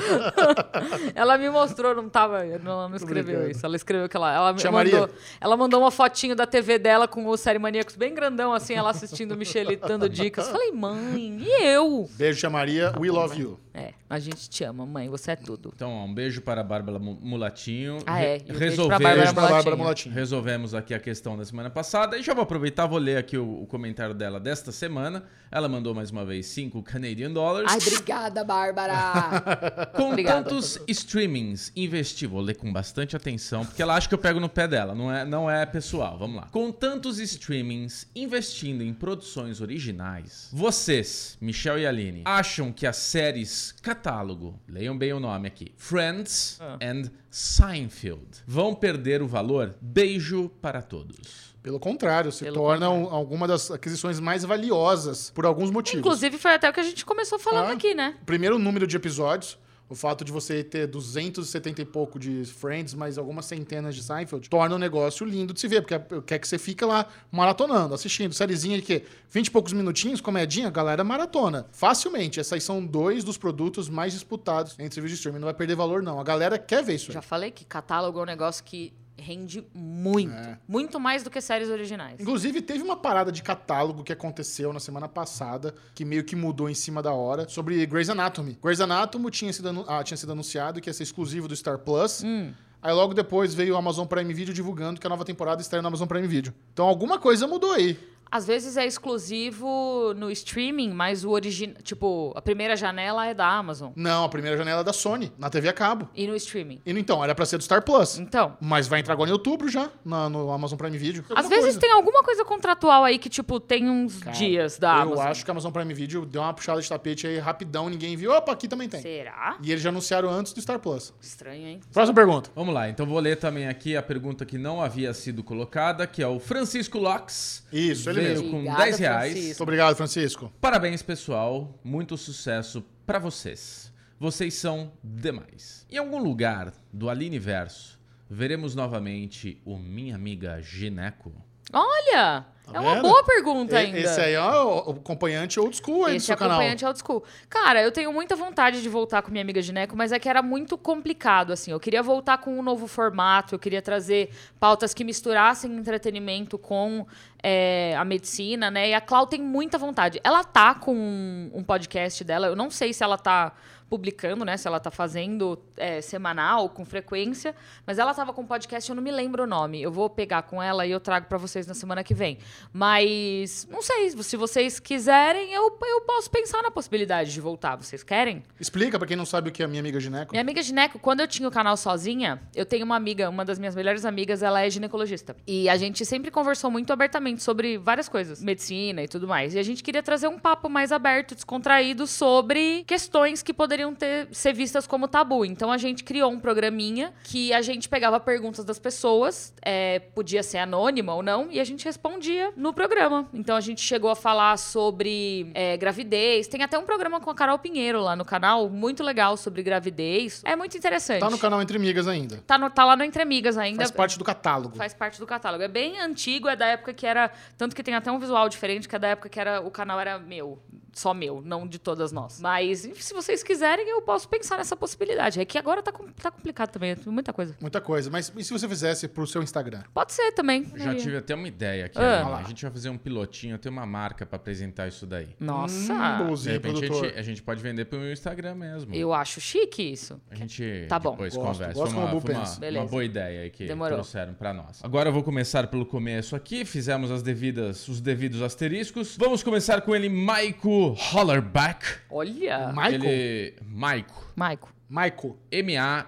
B: ela me mostrou, não tava. Não, ela não escreveu
A: brincando.
B: isso. Ela escreveu que ela. Ela me
A: Tia
B: mandou.
A: Maria.
B: Ela mandou uma fotinho da TV dela com o Série Maníacos bem grandão, assim, ela assistindo o Michelito dando dicas. Falei, mãe, e eu?
A: Beijo, tia Maria. We love you.
B: É, a gente te ama, mãe, você é tudo.
C: Então, ó, um beijo para a Bárbara Mu- Mulatinho.
B: Ah, é.
C: Re-
B: E um beijo pra
C: Resolvemos.
B: Bárbara
A: Beijo pra Bárbara
B: Mulatinho.
A: Mulatinho.
C: Resolvemos aqui a questão da semana passada e já vou aproveitar, vou ler aqui o, o comentário dela desta semana. Ela mandou mais uma vez 5 Canadian Dollars.
B: Ai, obrigada, Bárbara.
C: com
B: obrigada.
C: tantos streamings, investi, vou ler com bastante atenção, porque ela acha que eu pego no pé dela, não é, não é pessoal, vamos lá. Com tantos streamings investindo em produções originais, vocês, Michel e Aline, acham que as séries catálogo, leiam bem o nome aqui, Friends
B: Ah.
C: and Seinfeld, vão perder o valor? Beijo para todos.
A: Pelo contrário, se
B: Pelo
A: tornam alguma das aquisições mais valiosas por alguns motivos.
B: Inclusive, foi até o que a gente começou falando
A: Ah.
B: aqui, né?
A: Primeiro, o número de episódios. O fato de você ter 270 e pouco de Friends, mais algumas centenas de Seinfeld, torna um negócio lindo de se ver, porque é, quer que você fica lá maratonando, assistindo. Sériezinha de quê? 20 e poucos minutinhos, comedinha, galera maratona. Facilmente. Esses são dois dos produtos mais disputados entre serviços de streaming. Não vai perder valor, não. A galera quer ver isso. aí.
B: Já falei que catálogo é um negócio que rende muito.
A: É.
B: Muito mais do que séries originais.
A: Inclusive, teve uma parada de catálogo que aconteceu na semana passada, que meio que mudou em cima da hora, sobre Grey's Anatomy. Grey's Anatomy tinha sido, anu- ah, tinha sido anunciado que ia ser exclusivo do Star Plus.
B: Hum.
A: Aí logo depois veio o Amazon Prime Video divulgando que a nova temporada estreia no Amazon Prime Video. Então alguma coisa mudou aí.
B: Às vezes é exclusivo no streaming, mas o original. Tipo, a primeira janela é da Amazon.
A: Não, a primeira janela é da Sony, na TV a cabo.
B: E no streaming.
A: E, então, era pra ser do Star Plus.
B: Então.
A: Mas vai entrar agora em outubro já, na- no Amazon Prime Video.
B: Às vezes tem alguma coisa contratual aí que, tipo, tem uns
A: Cara,
B: dias da
A: Eu
B: Amazon.
A: acho que a Amazon Prime Video deu uma puxada de tapete aí rapidão, ninguém viu. Opa, aqui também tem.
B: Será?
A: E eles já anunciaram antes do Star Plus.
B: Estranho, hein?
A: Próxima pergunta.
C: Vamos lá, então vou ler também aqui a pergunta que não havia sido colocada, que é o Francisco Locks.
A: Isso, ele
C: Veio
A: mesmo.
C: com
B: Obrigada,
C: 10 reais.
B: Francisco.
A: Muito obrigado, Francisco.
C: Parabéns, pessoal. Muito sucesso pra vocês. Vocês são demais. Em algum lugar do Aliniverso, veremos novamente o Minha Amiga Gineco.
B: Olha!
A: Tá
B: é uma
A: vendo?
B: boa pergunta
A: E-
B: ainda.
A: Esse aí é o o acompanhante old school aí do
B: Esse
A: seu canal.
B: acompanhante é old school. Cara, eu tenho muita vontade de voltar com minha amiga Gineco, mas é que era muito complicado, assim. Eu queria voltar com um novo formato, eu queria trazer pautas que misturassem entretenimento com é, a medicina, né? E a Clau tem muita vontade. Ela tá com um, um podcast dela, eu não sei se ela tá publicando, né? Se ela tá fazendo é, semanal, com frequência. Mas ela tava com um podcast, eu não me lembro o nome. Eu vou pegar com ela e eu trago pra vocês na semana que vem. Mas não sei, se vocês quiserem, eu, eu posso pensar na possibilidade de voltar. Vocês querem?
A: Explica pra quem não sabe o que é a minha amiga Gineco.
B: Minha amiga gineco, quando eu tinha o canal sozinha, eu tenho uma amiga, uma das minhas melhores amigas, ela é ginecologista. E a gente sempre conversou muito abertamente sobre várias coisas, medicina e tudo mais. E a gente queria trazer um papo mais aberto, descontraído sobre questões que poderiam ter ser vistas como tabu. Então a gente criou um programinha que a gente pegava perguntas das pessoas, é, podia ser anônima ou não, e a gente respondia no programa. Então a gente chegou a falar sobre é, gravidez. Tem até um programa com a Carol Pinheiro lá no canal, muito legal sobre gravidez. É muito interessante.
A: Tá no canal Entre Migas ainda.
B: Tá, no- tá lá no Entre Amigas ainda.
A: Faz parte do catálogo.
B: Faz parte do catálogo. É bem antigo, é da época que era. Tanto que tem até um visual diferente, que é da época que era, o canal era meu. Só meu, não de todas nós. Mas se vocês quiserem, eu posso pensar nessa possibilidade. É que agora tá, com- tá complicado também, tem muita coisa.
A: Muita coisa. Mas e se você fizesse pro seu Instagram?
B: Pode ser também.
C: Já
B: Aí.
C: tive até uma ideia aqui.
B: Ah.
C: Aline. A gente vai fazer um pilotinho, eu tenho uma marca pra apresentar isso daí.
B: Nossa!
A: Hum,
C: De
A: Bozinho,
C: repente a
A: produtor.
C: gente, a gente pode vender pro meu Instagram mesmo.
B: eu acho chique isso.
C: A gente
B: Tá bom.
C: depois
A: Gosto,
C: conversa.
A: gosto
C: foi
A: como
C: uma,
A: o Bu
C: foi uma-
A: pensa.
C: uma
B: Beleza.
C: boa ideia que
B: Demorou.
C: trouxeram pra nós. Agora eu vou começar pelo começo aqui. Fizemos as devidas, os devidos asteriscos. Vamos começar com ele, Maico Hollerback.
B: Olha!
A: Michael?
C: Ele, Maico.
B: Maico.
A: Michael.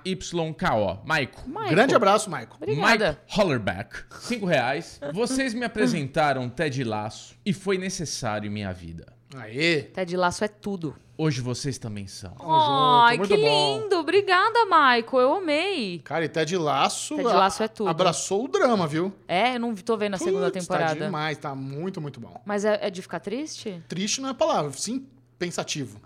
C: M-A-Y-K-O. Maico.
B: Maico.
A: Grande abraço, Michael.
B: Obrigada.
C: Mike Hollerback, 5 reais. Vocês me apresentaram Ted Laço e foi necessário em minha vida.
A: Aê.
B: Ted Laço é tudo.
C: Hoje vocês também são.
A: Tamo junto,
B: Ai,
A: muito
B: que
A: bom.
B: lindo! Obrigada, Maico. Eu amei.
A: Cara, e Ted Laço...
B: Ted Lasso é tudo.
A: Abraçou o drama, viu?
B: É, eu não tô vendo a segunda
A: Putz, Tá
B: temporada.
A: demais, tá muito, muito bom.
B: Mas é, é de ficar triste?
A: Triste não é a palavra, sim pensativo.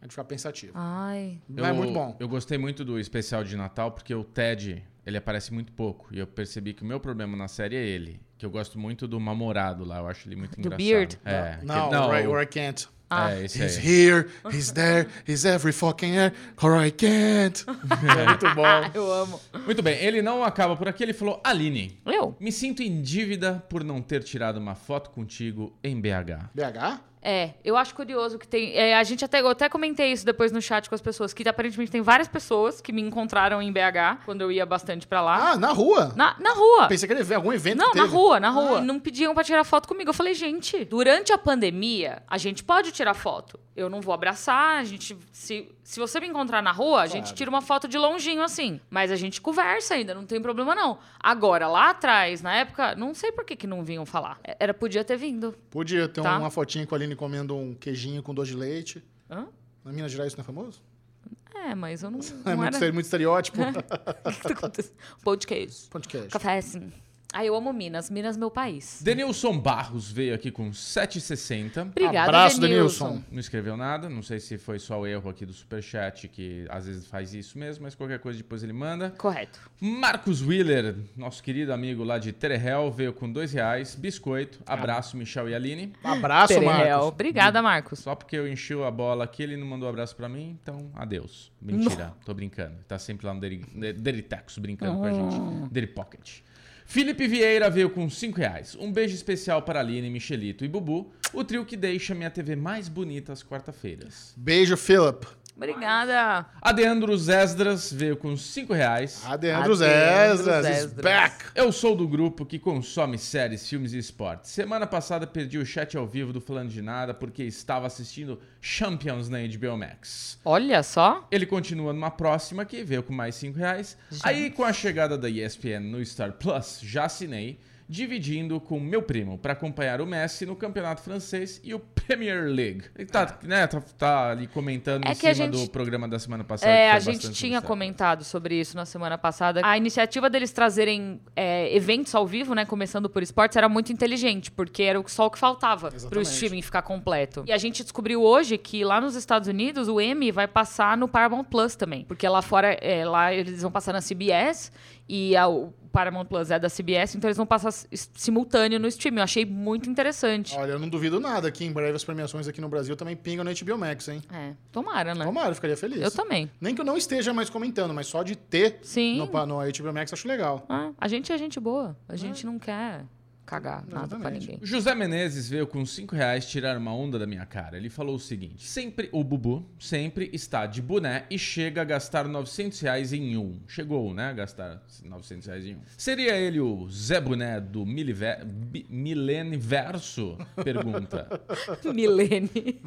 A: É de ficar pensativo.
B: Ai.
A: Mas é muito bom.
C: Eu gostei muito do especial de Natal porque o Ted, ele aparece muito pouco. E eu percebi que o meu problema na série é ele. Que eu gosto muito do Mamorado lá, eu acho ele muito
B: Do
C: engraçado.
B: Beard?
C: É,
A: Não,
C: que- não,
A: or I-
C: o-
A: or I can't.
B: Ah.
C: É, esse
A: He's
C: aí.
A: here, he's there, he's every fucking air, or I can't. É muito bom.
B: Eu amo.
C: Muito bem, ele não acaba por aqui, ele falou, Aline...
B: Eu?
C: Me sinto em dívida por não ter tirado uma foto contigo em BH.
A: BH?
B: É, eu acho curioso que tem. é, a gente até, eu até comentei isso depois no chat com as pessoas, que aparentemente tem várias pessoas que me encontraram em BH quando eu ia bastante pra lá.
A: Ah, na rua.
B: Na, na rua.
A: Pensei que ele ia algum evento
B: Não,
A: que
B: na
A: teve. Ah.
B: rua, na rua. Não pediam pra tirar foto comigo. Eu falei, gente, durante a pandemia, a gente pode tirar foto. Eu não vou abraçar, a gente. Se, se você me encontrar na rua, a gente tira uma foto de longinho assim. Mas a gente conversa ainda, não tem problema não. Agora, lá atrás, na época, não sei por que, que não vinham falar. É, Era, podia ter vindo.
A: Podia ter
B: Tá.
A: uma fotinha com a Aline comendo um queijinho com doce de leite.
B: Hã?
A: Na Minas Gerais isso não é famoso?
B: É, mas eu não.
A: É
B: não
A: muito,
B: era...
A: estere- muito estereótipo.
B: O que tá acontecendo? Pão de queijo.
A: Pão de queijo.
B: Café assim. Ai, eu amo Minas. Minas, é meu país.
C: Denilson Barros veio aqui com 7,60.
B: Obrigada,
A: Abraço,
B: Denilson.
A: Denilson.
C: Não escreveu nada, não sei se foi só o erro aqui do Superchat, que às vezes faz isso mesmo, mas qualquer coisa depois ele manda.
B: Correto.
C: Marcos Wheeler, nosso querido amigo lá de Terrell, veio com dois reais, biscoito, abraço, Michel e Aline.
A: Um abraço,
B: Perel.
A: Marcos.
B: Obrigada, Marcos.
C: Só porque eu enchi a bola aqui, ele não mandou abraço pra mim, então adeus. Mentira, tô brincando. Tá sempre lá no Deri- De- Deritex brincando com a gente. Deri Pocket. Felipe Vieira veio com 5 reais. Um beijo especial para Aline, Michelito e Bubu, o trio que deixa minha TV mais bonita às quarta-feiras.
A: Beijo, Philip.
B: Obrigada.
C: Adeandro Zesdras veio com 5 reais.
A: Ah, Deandro
B: Adeandro
A: Zezas is
B: Zezas.
A: back.
C: Eu sou do grupo que consome séries, filmes e esportes. Semana passada perdi o chat ao vivo do Falando de Nada porque estava assistindo Champions na HBO Max.
B: Olha só.
C: Ele continua numa próxima que veio com mais 5 reais.
B: Gente.
C: Aí, com a chegada da ESPN no Star Plus, já assinei, dividindo com meu primo para acompanhar o Messi no campeonato francês e o Premier League. Ele tá, né, tá, tá ali comentando
B: É
C: em
B: que a
C: cima do
B: gente-
C: programa da semana passada. que
B: É,
C: foi
B: a gente
C: bastante
B: tinha
C: sucesso.
B: comentado sobre isso na semana passada. A iniciativa deles trazerem é, eventos ao vivo, né, começando por esportes, era muito inteligente, porque era o- só o que faltava pro
A: Exatamente.
B: streaming ficar completo. E a gente descobriu hoje que lá nos Estados Unidos o M vai passar no Paramount Plus também, porque lá fora, é, lá eles vão passar na CBS e a- o Paramount Plus é da CBS, então eles vão passar s- simultâneo no streaming. Eu achei muito interessante.
A: Olha, eu não duvido nada que em breve as premiações aqui no Brasil também pingam na HBO Max, hein?
B: É, tomara, né?
A: Tomara, eu ficaria feliz.
B: Eu também.
A: Nem que eu não esteja mais comentando, mas só de ter
B: Sim.
A: no, pa- no HBO Max acho legal.
B: Ah, a gente é gente boa. A gente não quer cagar nada pra
A: Ah. Exatamente.
B: ninguém.
C: José Menezes veio com 5 reais tirar uma onda da minha cara. Ele falou o seguinte: sempre o Bubu sempre está de boné e chega a gastar 900 reais em um. Chegou, né? A gastar 900 reais em um. Seria ele o Zé Boné do Milive- Bi- Mileniverso? Pergunta.
B: Milene.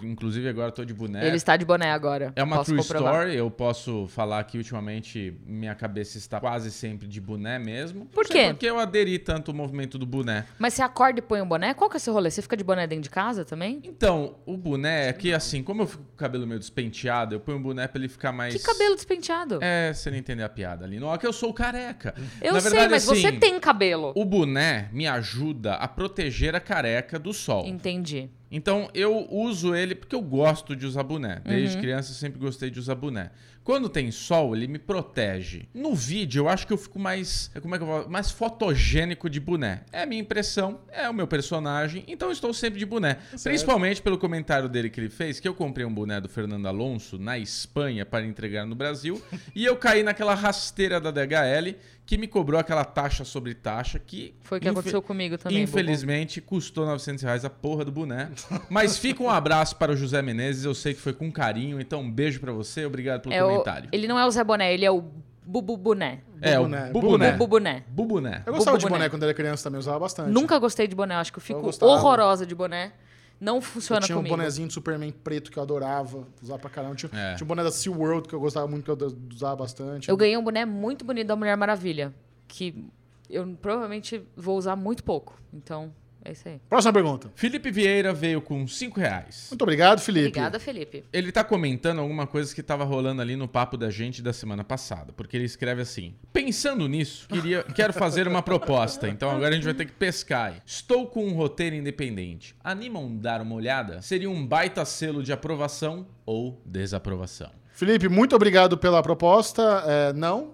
C: É. Inclusive agora eu tô de boné.
B: Ele está de boné agora.
C: É uma
B: Posso
C: true
B: comprovar.
C: story, eu posso falar que ultimamente minha cabeça está quase sempre de boné mesmo.
B: Por
C: Não sei
B: quê?
C: Porque eu aderi tanto ao movimento do boné.
B: Mas você acorda e põe um boné? Qual que é esse rolê? Você fica de boné dentro de casa também?
C: Então, o boné é que assim, como eu fico com o cabelo meio despenteado, eu ponho um boné pra ele ficar mais.
B: Que cabelo despenteado.
C: É, você não entendeu a piada ali. Não, é que eu sou careca.
B: Eu
C: Na
B: sei,
C: verdade,
B: mas
C: assim,
B: você tem cabelo.
C: O boné me ajuda a proteger a careca do sol.
B: Entendi.
C: Então eu uso ele porque eu gosto de usar boné. Desde
B: Uhum.
C: criança eu sempre gostei de usar boné. Quando tem sol, ele me protege. No vídeo, eu acho que eu fico mais. Como é que eu vou? Mais fotogênico de boné. É a minha impressão, é o meu personagem, então eu estou sempre de boné.
B: Tá
C: Principalmente pelo comentário dele que ele fez, que eu comprei um boné do Fernando Alonso na Espanha para entregar no Brasil. e eu caí naquela rasteira da DHL que me cobrou aquela taxa sobre taxa que.
B: Foi o que
C: infe-
B: aconteceu comigo também. é Bubu.
C: Infelizmente, custou 900 reais a porra do boné. Mas fica um abraço para o José Menezes. Eu sei que foi com carinho. Então, um beijo para você. Obrigado pelo
B: É o-
C: comentário.
B: Ele não é o Zé Boné, ele é o Bubu Boné.
C: É, o
A: Bubuné,
C: Bubuné.
A: É.
B: Bubu Boné.
C: Bubuné.
A: Eu gostava de
B: boné.
A: boné quando era criança também, usava bastante.
B: Nunca gostei de boné, acho que eu fico
A: gostava.
B: horrorosa de boné. Não funciona
A: Eu tinha um
B: comigo.
A: bonezinho de Superman preto que eu adorava, usava pra caramba. Tinha,
C: É.
A: tinha um boné da Sea World que eu gostava muito, que eu d- usava bastante.
B: Eu ganhei um boné muito bonito da Mulher Maravilha, que eu provavelmente vou usar muito pouco. Então, é isso aí.
A: Próxima pergunta.
C: Felipe Vieira veio com 5 reais.
A: Muito obrigado, Felipe.
B: Obrigada, Felipe.
C: Ele tá comentando alguma coisa que tava rolando ali no papo da gente da semana passada, porque ele escreve assim: Pensando nisso, queria, quero fazer uma proposta, então agora a gente vai ter que pescar. aí. Estou com um roteiro independente. Animam dar uma olhada? Seria um baita selo de aprovação ou desaprovação?
A: Felipe, muito obrigado pela proposta. É, não.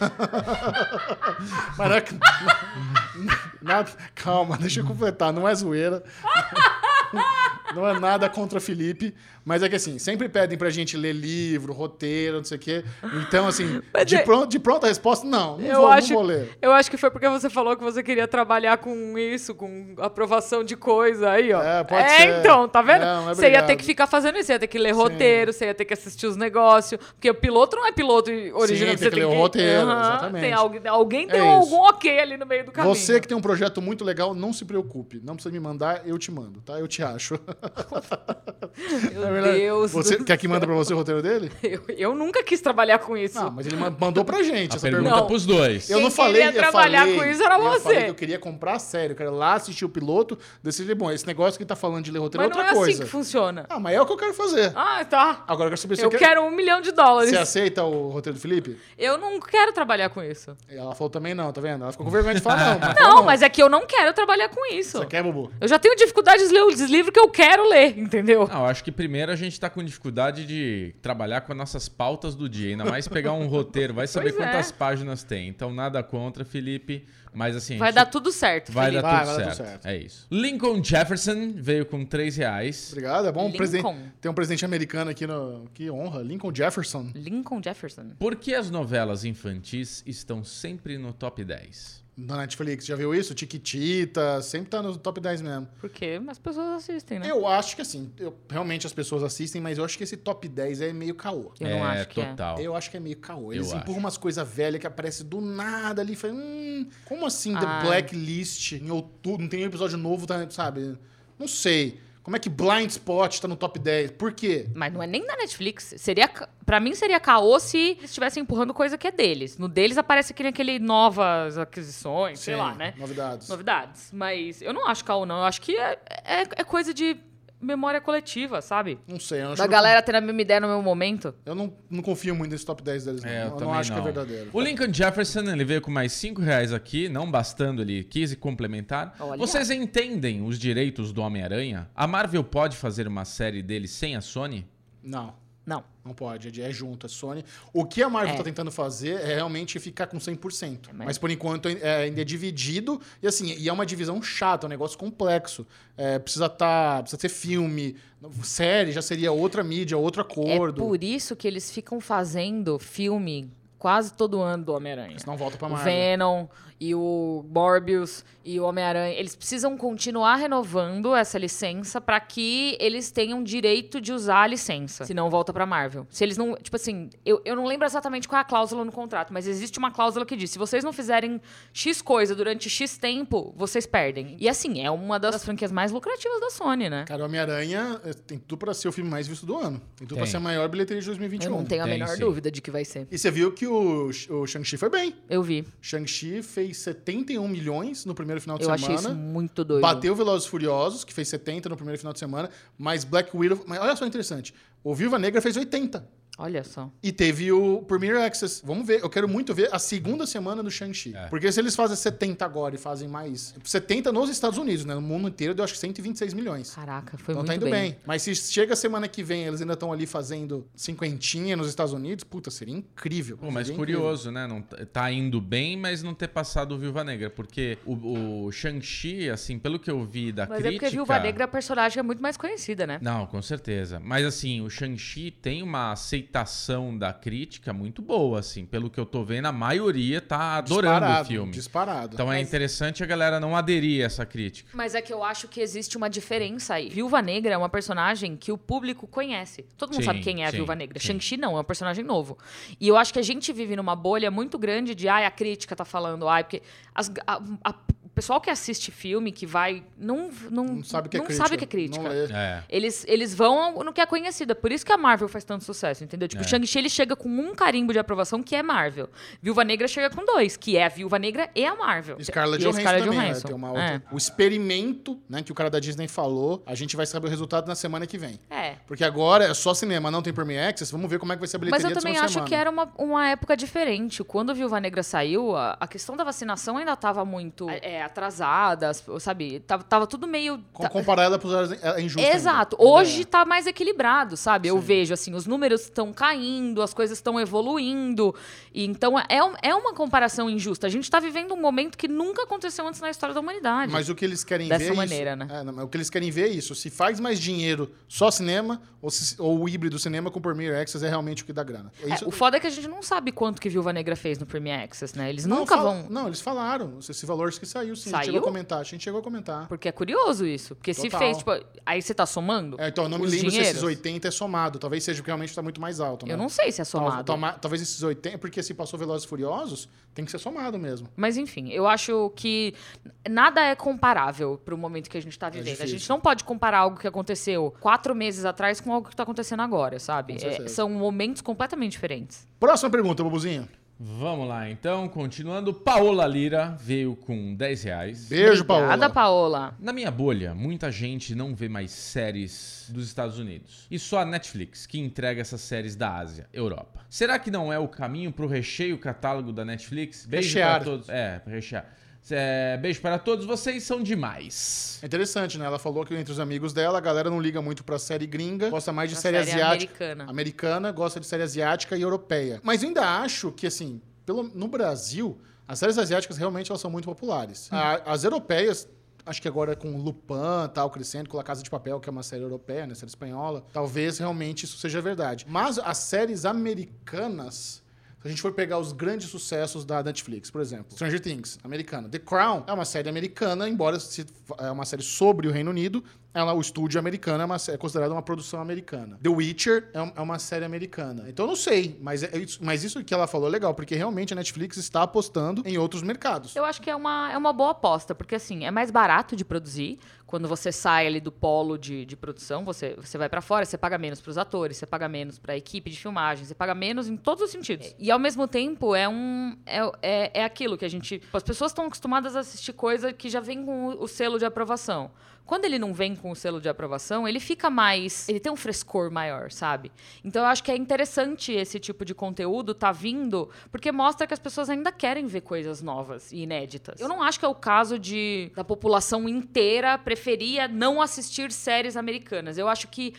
A: Mas não é que- nada- calma, deixa eu completar. Não é zoeira. Não é nada contra Felipe. Mas é que assim, sempre pedem pra gente ler livro, roteiro, não sei o quê. Então, assim,
B: Mas
A: de,
B: é-
A: pron- de pronta resposta, não. Não, vou, não vou ler.
B: eu acho que foi porque você falou que você queria trabalhar com isso, com aprovação de coisa aí, ó.
A: É, pode ser.
B: então, tá vendo?
A: Não, é
B: você ia
A: obrigado.
B: ter que ficar fazendo isso, você ia ter que ler roteiro, você ia ter que assistir os negócios, porque o piloto não é piloto original.
A: tem
B: você
A: que ler o roteiro,
B: Aham,
A: exatamente. É
B: Tem alguém, alguém deu
A: isso.
B: algum ok ali no meio do caminho.
A: Você que tem um projeto muito legal, não se preocupe. Não precisa me mandar, eu te mando, tá? Eu te acho.
B: Meu
A: Na verdade,
B: Deus
A: Você
B: do
A: quer que manda pra você o roteiro dele?
B: Eu, eu nunca quis trabalhar com isso.
A: Não, mas ele ma- mandou pra gente
C: A
A: essa
C: pergunta
A: pergunta.
B: Não.
C: pros dois.
A: Eu
B: Quem
A: não falei,
B: queria
A: eu
B: trabalhar
A: falei-
B: com isso era
A: eu
B: você.
A: falei que eu queria comprar a sério, eu quero ir lá assistir o piloto, decidir, bom, esse negócio que tá falando de ler roteiro
B: mas
A: é
B: não
A: outra
B: é
A: coisa.
B: assim que funciona.
A: Ah, mas é o que eu quero fazer.
B: Ah, tá.
A: Agora eu quero saber se
B: Eu
A: você, quer-
B: quero um milhão de dólares.
A: você aceita o roteiro do Felipe?
B: Eu não quero trabalhar com isso.
A: Ela falou também não, tá vendo? Ela ficou com vergonha de falar não. mas falou
B: Não, mas é que eu não quero trabalhar com isso.
A: Você quer, Bubu?
B: Eu já tenho dificuldade de ler os livros que eu quero ler, entendeu?
C: Não, eu acho que primeiro a gente tá com dificuldade de trabalhar com as nossas pautas do dia, ainda mais pegar um roteiro, vai saber
B: Pois é.
C: quantas páginas tem. Então, nada contra, Felipe, mas assim. a
B: Vai
C: gente
B: dar tudo certo,
C: Vai
B: Felipe.
C: dar,
A: Vai,
C: tudo,
A: vai dar
C: certo.
A: tudo certo.
C: É isso. Lincoln Jefferson veio com 3 reais.
A: Obrigado, é bom.
B: Lincoln.
A: Presidente, tem um presidente americano aqui no... Que honra, Lincoln Jefferson.
B: Lincoln Jefferson.
C: Por que as novelas infantis estão sempre no top 10?
A: na Netflix. Já viu isso? Tiquitita, sempre tá no top 10 mesmo.
B: Porque as pessoas assistem, né?
A: Eu acho que assim, eu- realmente as pessoas assistem, mas eu acho que esse top 10 é meio caô.
B: Eu não acho que é.
D: total.
A: Eu acho que é meio caô. Eles
D: Eu
A: empurram
D: acho.
A: umas coisas velhas que aparecem do nada ali. Fala, hum, como assim The
B: Ah.
A: Blacklist em outubro? Não tem um episódio novo, tá, sabe? Não sei. Como é que Blind Spot tá no top 10? Por quê?
B: Mas não é nem da Netflix. Seria, ca- pra mim, seria caô se eles estivessem empurrando coisa que é deles. No deles aparece aquele, aquele novas aquisições, sei
A: Sim,
B: lá, né?
A: Novidades.
B: Novidades. Mas eu não acho caô, não. Eu acho que é, é, é coisa de memória coletiva, sabe?
A: Não sei. Eu, acho
B: Da
A: que
B: galera tendo a mesma ideia no mesmo momento.
A: eu não, não confio muito nesse top 10 deles, não.
D: É, eu
A: eu não
D: também
A: acho que
D: não.
A: é verdadeiro.
D: O Lincoln Jefferson, ele veio com mais 5 reais aqui, não bastando, ele quis complementar.
B: Olha.
D: Vocês entendem os direitos do Homem-Aranha? A Marvel pode fazer uma série dele sem a Sony?
A: Não.
B: Não.
A: Não pode, é junto, é Sony. O que a Marvel
B: É.
A: tá tentando fazer é realmente ficar com 100%.
B: É, mas-
A: mas... por enquanto é- ainda é dividido. E assim, e é uma divisão chata, é um negócio complexo. É, precisa tá, precisa ter filme, série, já seria outra mídia, outro acordo.
B: É por isso que eles ficam fazendo filme quase todo ano do Homem-Aranha.
A: Senão volta pra
B: O
A: Marvel.
B: Venom e o Morbius e o Homem-Aranha, eles precisam continuar renovando essa licença pra que eles tenham direito de usar a licença, senão volta pra Marvel. Se eles não, tipo assim, eu, eu não lembro exatamente qual é a cláusula no contrato, mas existe uma cláusula que diz, se vocês não fizerem X coisa durante X tempo, vocês perdem. E assim, é uma das franquias mais lucrativas da Sony, né?
A: Cara, o Homem-Aranha eh, tem tudo pra ser o filme mais visto do ano. Tem tudo pra
D: Tem.
A: ser a maior bilheteria de
B: Eu
A: 2021.
B: não tenho a
D: Tem,
B: menor
D: sim.
B: dúvida de que vai ser.
A: E você viu que o, o Shang-Chi foi bem.
B: Eu vi.
A: Shang-Chi fez 71 milhões no primeiro final de
B: Eu
A: semana.
B: achei isso muito doido.
A: Bateu Velozes e Furiosos, que fez 70 no primeiro final de semana, mas Black Widow... Mas olha só interessante. O Viva Negra fez 80.
B: Olha só.
A: E teve o Premier Access. Vamos ver. Eu quero muito ver a segunda semana do Shang-Chi.
D: É.
A: Porque se eles fazem 70 agora e fazem mais... 70 nos Estados Unidos, né? No mundo inteiro deu acho que 126 milhões.
B: Caraca, Ah, foi
A: então
B: muito
A: tá indo
B: bem.
A: bem. Mas se chega semana que vem eles ainda estão ali fazendo cinquentinha nos Estados Unidos, puta, seria incrível.
D: Pô, mas
A: Seria incrível.
D: curioso, né? Não, t- tá indo bem, mas não ter passado o Viúva Negra. Porque o, o Shang-Chi, assim, pelo que eu vi da
B: Mas é
D: crítica...
B: porque Viúva Negra, a personagem é muito mais conhecida, né?
D: Não, com certeza. Mas assim, o Shang-Chi tem uma aceitação da crítica muito boa, assim. Pelo que eu tô vendo, a maioria tá adorando
A: Disparado,
D: o filme.
A: Disparado.
D: Então é interessante a galera não aderir a essa crítica.
B: Mas é que eu acho que existe uma diferença aí. Viúva Negra é uma personagem que o público conhece. Todo mundo
D: Sim,
B: sabe quem é a
D: sim,
B: Viúva Negra.
D: sim.
B: Shang-Chi não, é um personagem novo. E eu acho que a gente vive numa bolha muito grande de, ai, a crítica tá falando, ai, porque as- a- a- o pessoal que assiste filme, que vai, não, não,
A: Não sabe o que é
B: não
A: crítica.
B: sabe o que é crítica.
A: Não lê.
D: É.
B: Eles, eles vão no que é conhecido. É por isso que a Marvel faz tanto sucesso, entendeu? Tipo, o Shang-Chi ele chega com um carimbo de aprovação que é Marvel. Viúva Negra chega com dois, que é a Viúva Negra e a Marvel.
A: Scarlett
B: Então,
A: Johansson
B: é E a Scarlett
A: também, né?
B: Johansson. é.
A: Tem uma outra- O experimento, né, que o cara da Disney falou, a gente vai saber o resultado na semana que vem.
B: É.
A: Porque agora é só cinema, não tem Premier Access, vamos ver como é que vai ser a bilheteria
B: Mas eu
A: da
B: também
A: segunda
B: acho
A: semana.
B: que era uma, uma época diferente. Quando a Viúva Negra saiu, a, a questão da vacinação ainda estava muito é, atrasada, as- sabe? Tava, tava tudo meio.
A: Com-
B: ta-
A: Comparar ela pros horários é injusto. ainda. é.
B: Exato.
A: Ainda
B: Hoje tá mais equilibrado, sabe? Eu vejo, assim, os números estão caindo, as coisas estão evoluindo. E então é, um- é uma comparação injusta. A gente tá vivendo um momento que nunca aconteceu antes na história da
A: é.
B: humanidade.
A: Mas o que eles querem
B: tá Dessa
A: ver. é isso.
B: maneira, né?
A: É, não, mas o que eles querem ver é isso. Se faz mais dinheiro só cinema, ou, se- ou o híbrido cinema com Premier Access é realmente o que dá grana. É
B: É,
A: isso-
B: o foda é que a gente não sabe quanto que Viúva Negra fez no Premier Access, né? Eles
A: Não,
B: nunca
A: fala-
B: vão.
A: Não, eles falaram. Esse valor que saiu, sim. A
B: Saiu?
A: gente chegou a comentar. A gente chegou a comentar.
B: Porque é curioso isso. Porque se
A: Total.
B: fez, tipo, aí você tá somando?
A: É, então, eu não me
B: os
A: lembro se
B: dinheiros?
A: esses 80 é somado. Talvez seja porque realmente tá muito mais alto. Né?
B: Eu não sei se
A: Tal-
B: é somado.
A: toma- talvez esses 80, porque se passou Velozes e Furiosos, tem que ser somado mesmo.
B: Mas enfim, eu acho que nada é comparável pro momento que a gente tá vivendo. a
A: É difícil.
B: gente não pode comparar algo que aconteceu quatro meses atrás com algo que tá acontecendo agora, sabe?
A: Com
B: É,
A: certeza.
B: são momentos completamente diferentes.
A: Próxima pergunta, Bobuzinho.
D: Vamos lá, então, continuando. Paola Lira veio com 10 reais.
A: Beijo, Paulo.
B: Obrigada, Paola.
D: Na minha bolha, muita gente não vê mais séries dos Estados Unidos. E só a Netflix, que entrega essas séries da Ásia, Europa. Será que não é o caminho pro recheio catálogo da Netflix? Beijo
A: Rechear.
D: para todos. É, pra rechear. É, beijo para todos, vocês são demais.
A: É interessante, né? Ela falou que entre os amigos dela, a galera não liga muito pra série gringa, gosta mais de
B: Na
A: série,
B: série
A: asiática.
B: americana.
A: gosta de série asiática e europeia. Mas eu ainda acho que, assim, pelo, no Brasil, as séries asiáticas realmente elas são muito populares. A- as europeias. Acho que agora com Lupin e tal, crescendo, com La Casa de Papel, que é uma série europeia, né? Série espanhola. Talvez realmente isso seja verdade. Mas as séries americanas Se a gente for pegar os grandes sucessos da Netflix, por exemplo, Stranger Things, americana. The Crown é uma série americana, embora se é uma série sobre o Reino Unido, ela, o estúdio americano é, uma, é considerado uma produção americana. The Witcher é, um- é uma série americana. Então eu não sei, mas, é- é isso- mas isso que ela falou é legal, porque realmente a Netflix está apostando em outros mercados.
B: Eu acho que é uma, é uma boa aposta, porque assim, é mais barato de produzir. Quando você sai ali do polo de, de produção, você, você vai pra fora, você paga menos pros atores, você paga menos pra equipe de filmagem, você paga menos em todos os sentidos. E ao mesmo tempo, é um. É, é, é aquilo que a gente. As pessoas estão acostumadas a assistir coisa que já vem com o, o selo de aprovação. Quando ele não vem com o selo de aprovação, Então, ele fica mais. Ele tem um frescor maior, sabe? Então eu acho que é interessante esse tipo de conteúdo tá vindo, porque mostra que as pessoas ainda querem ver coisas novas e inéditas. Eu não acho que é o caso de da população inteira preferia não assistir séries americanas. Eu acho que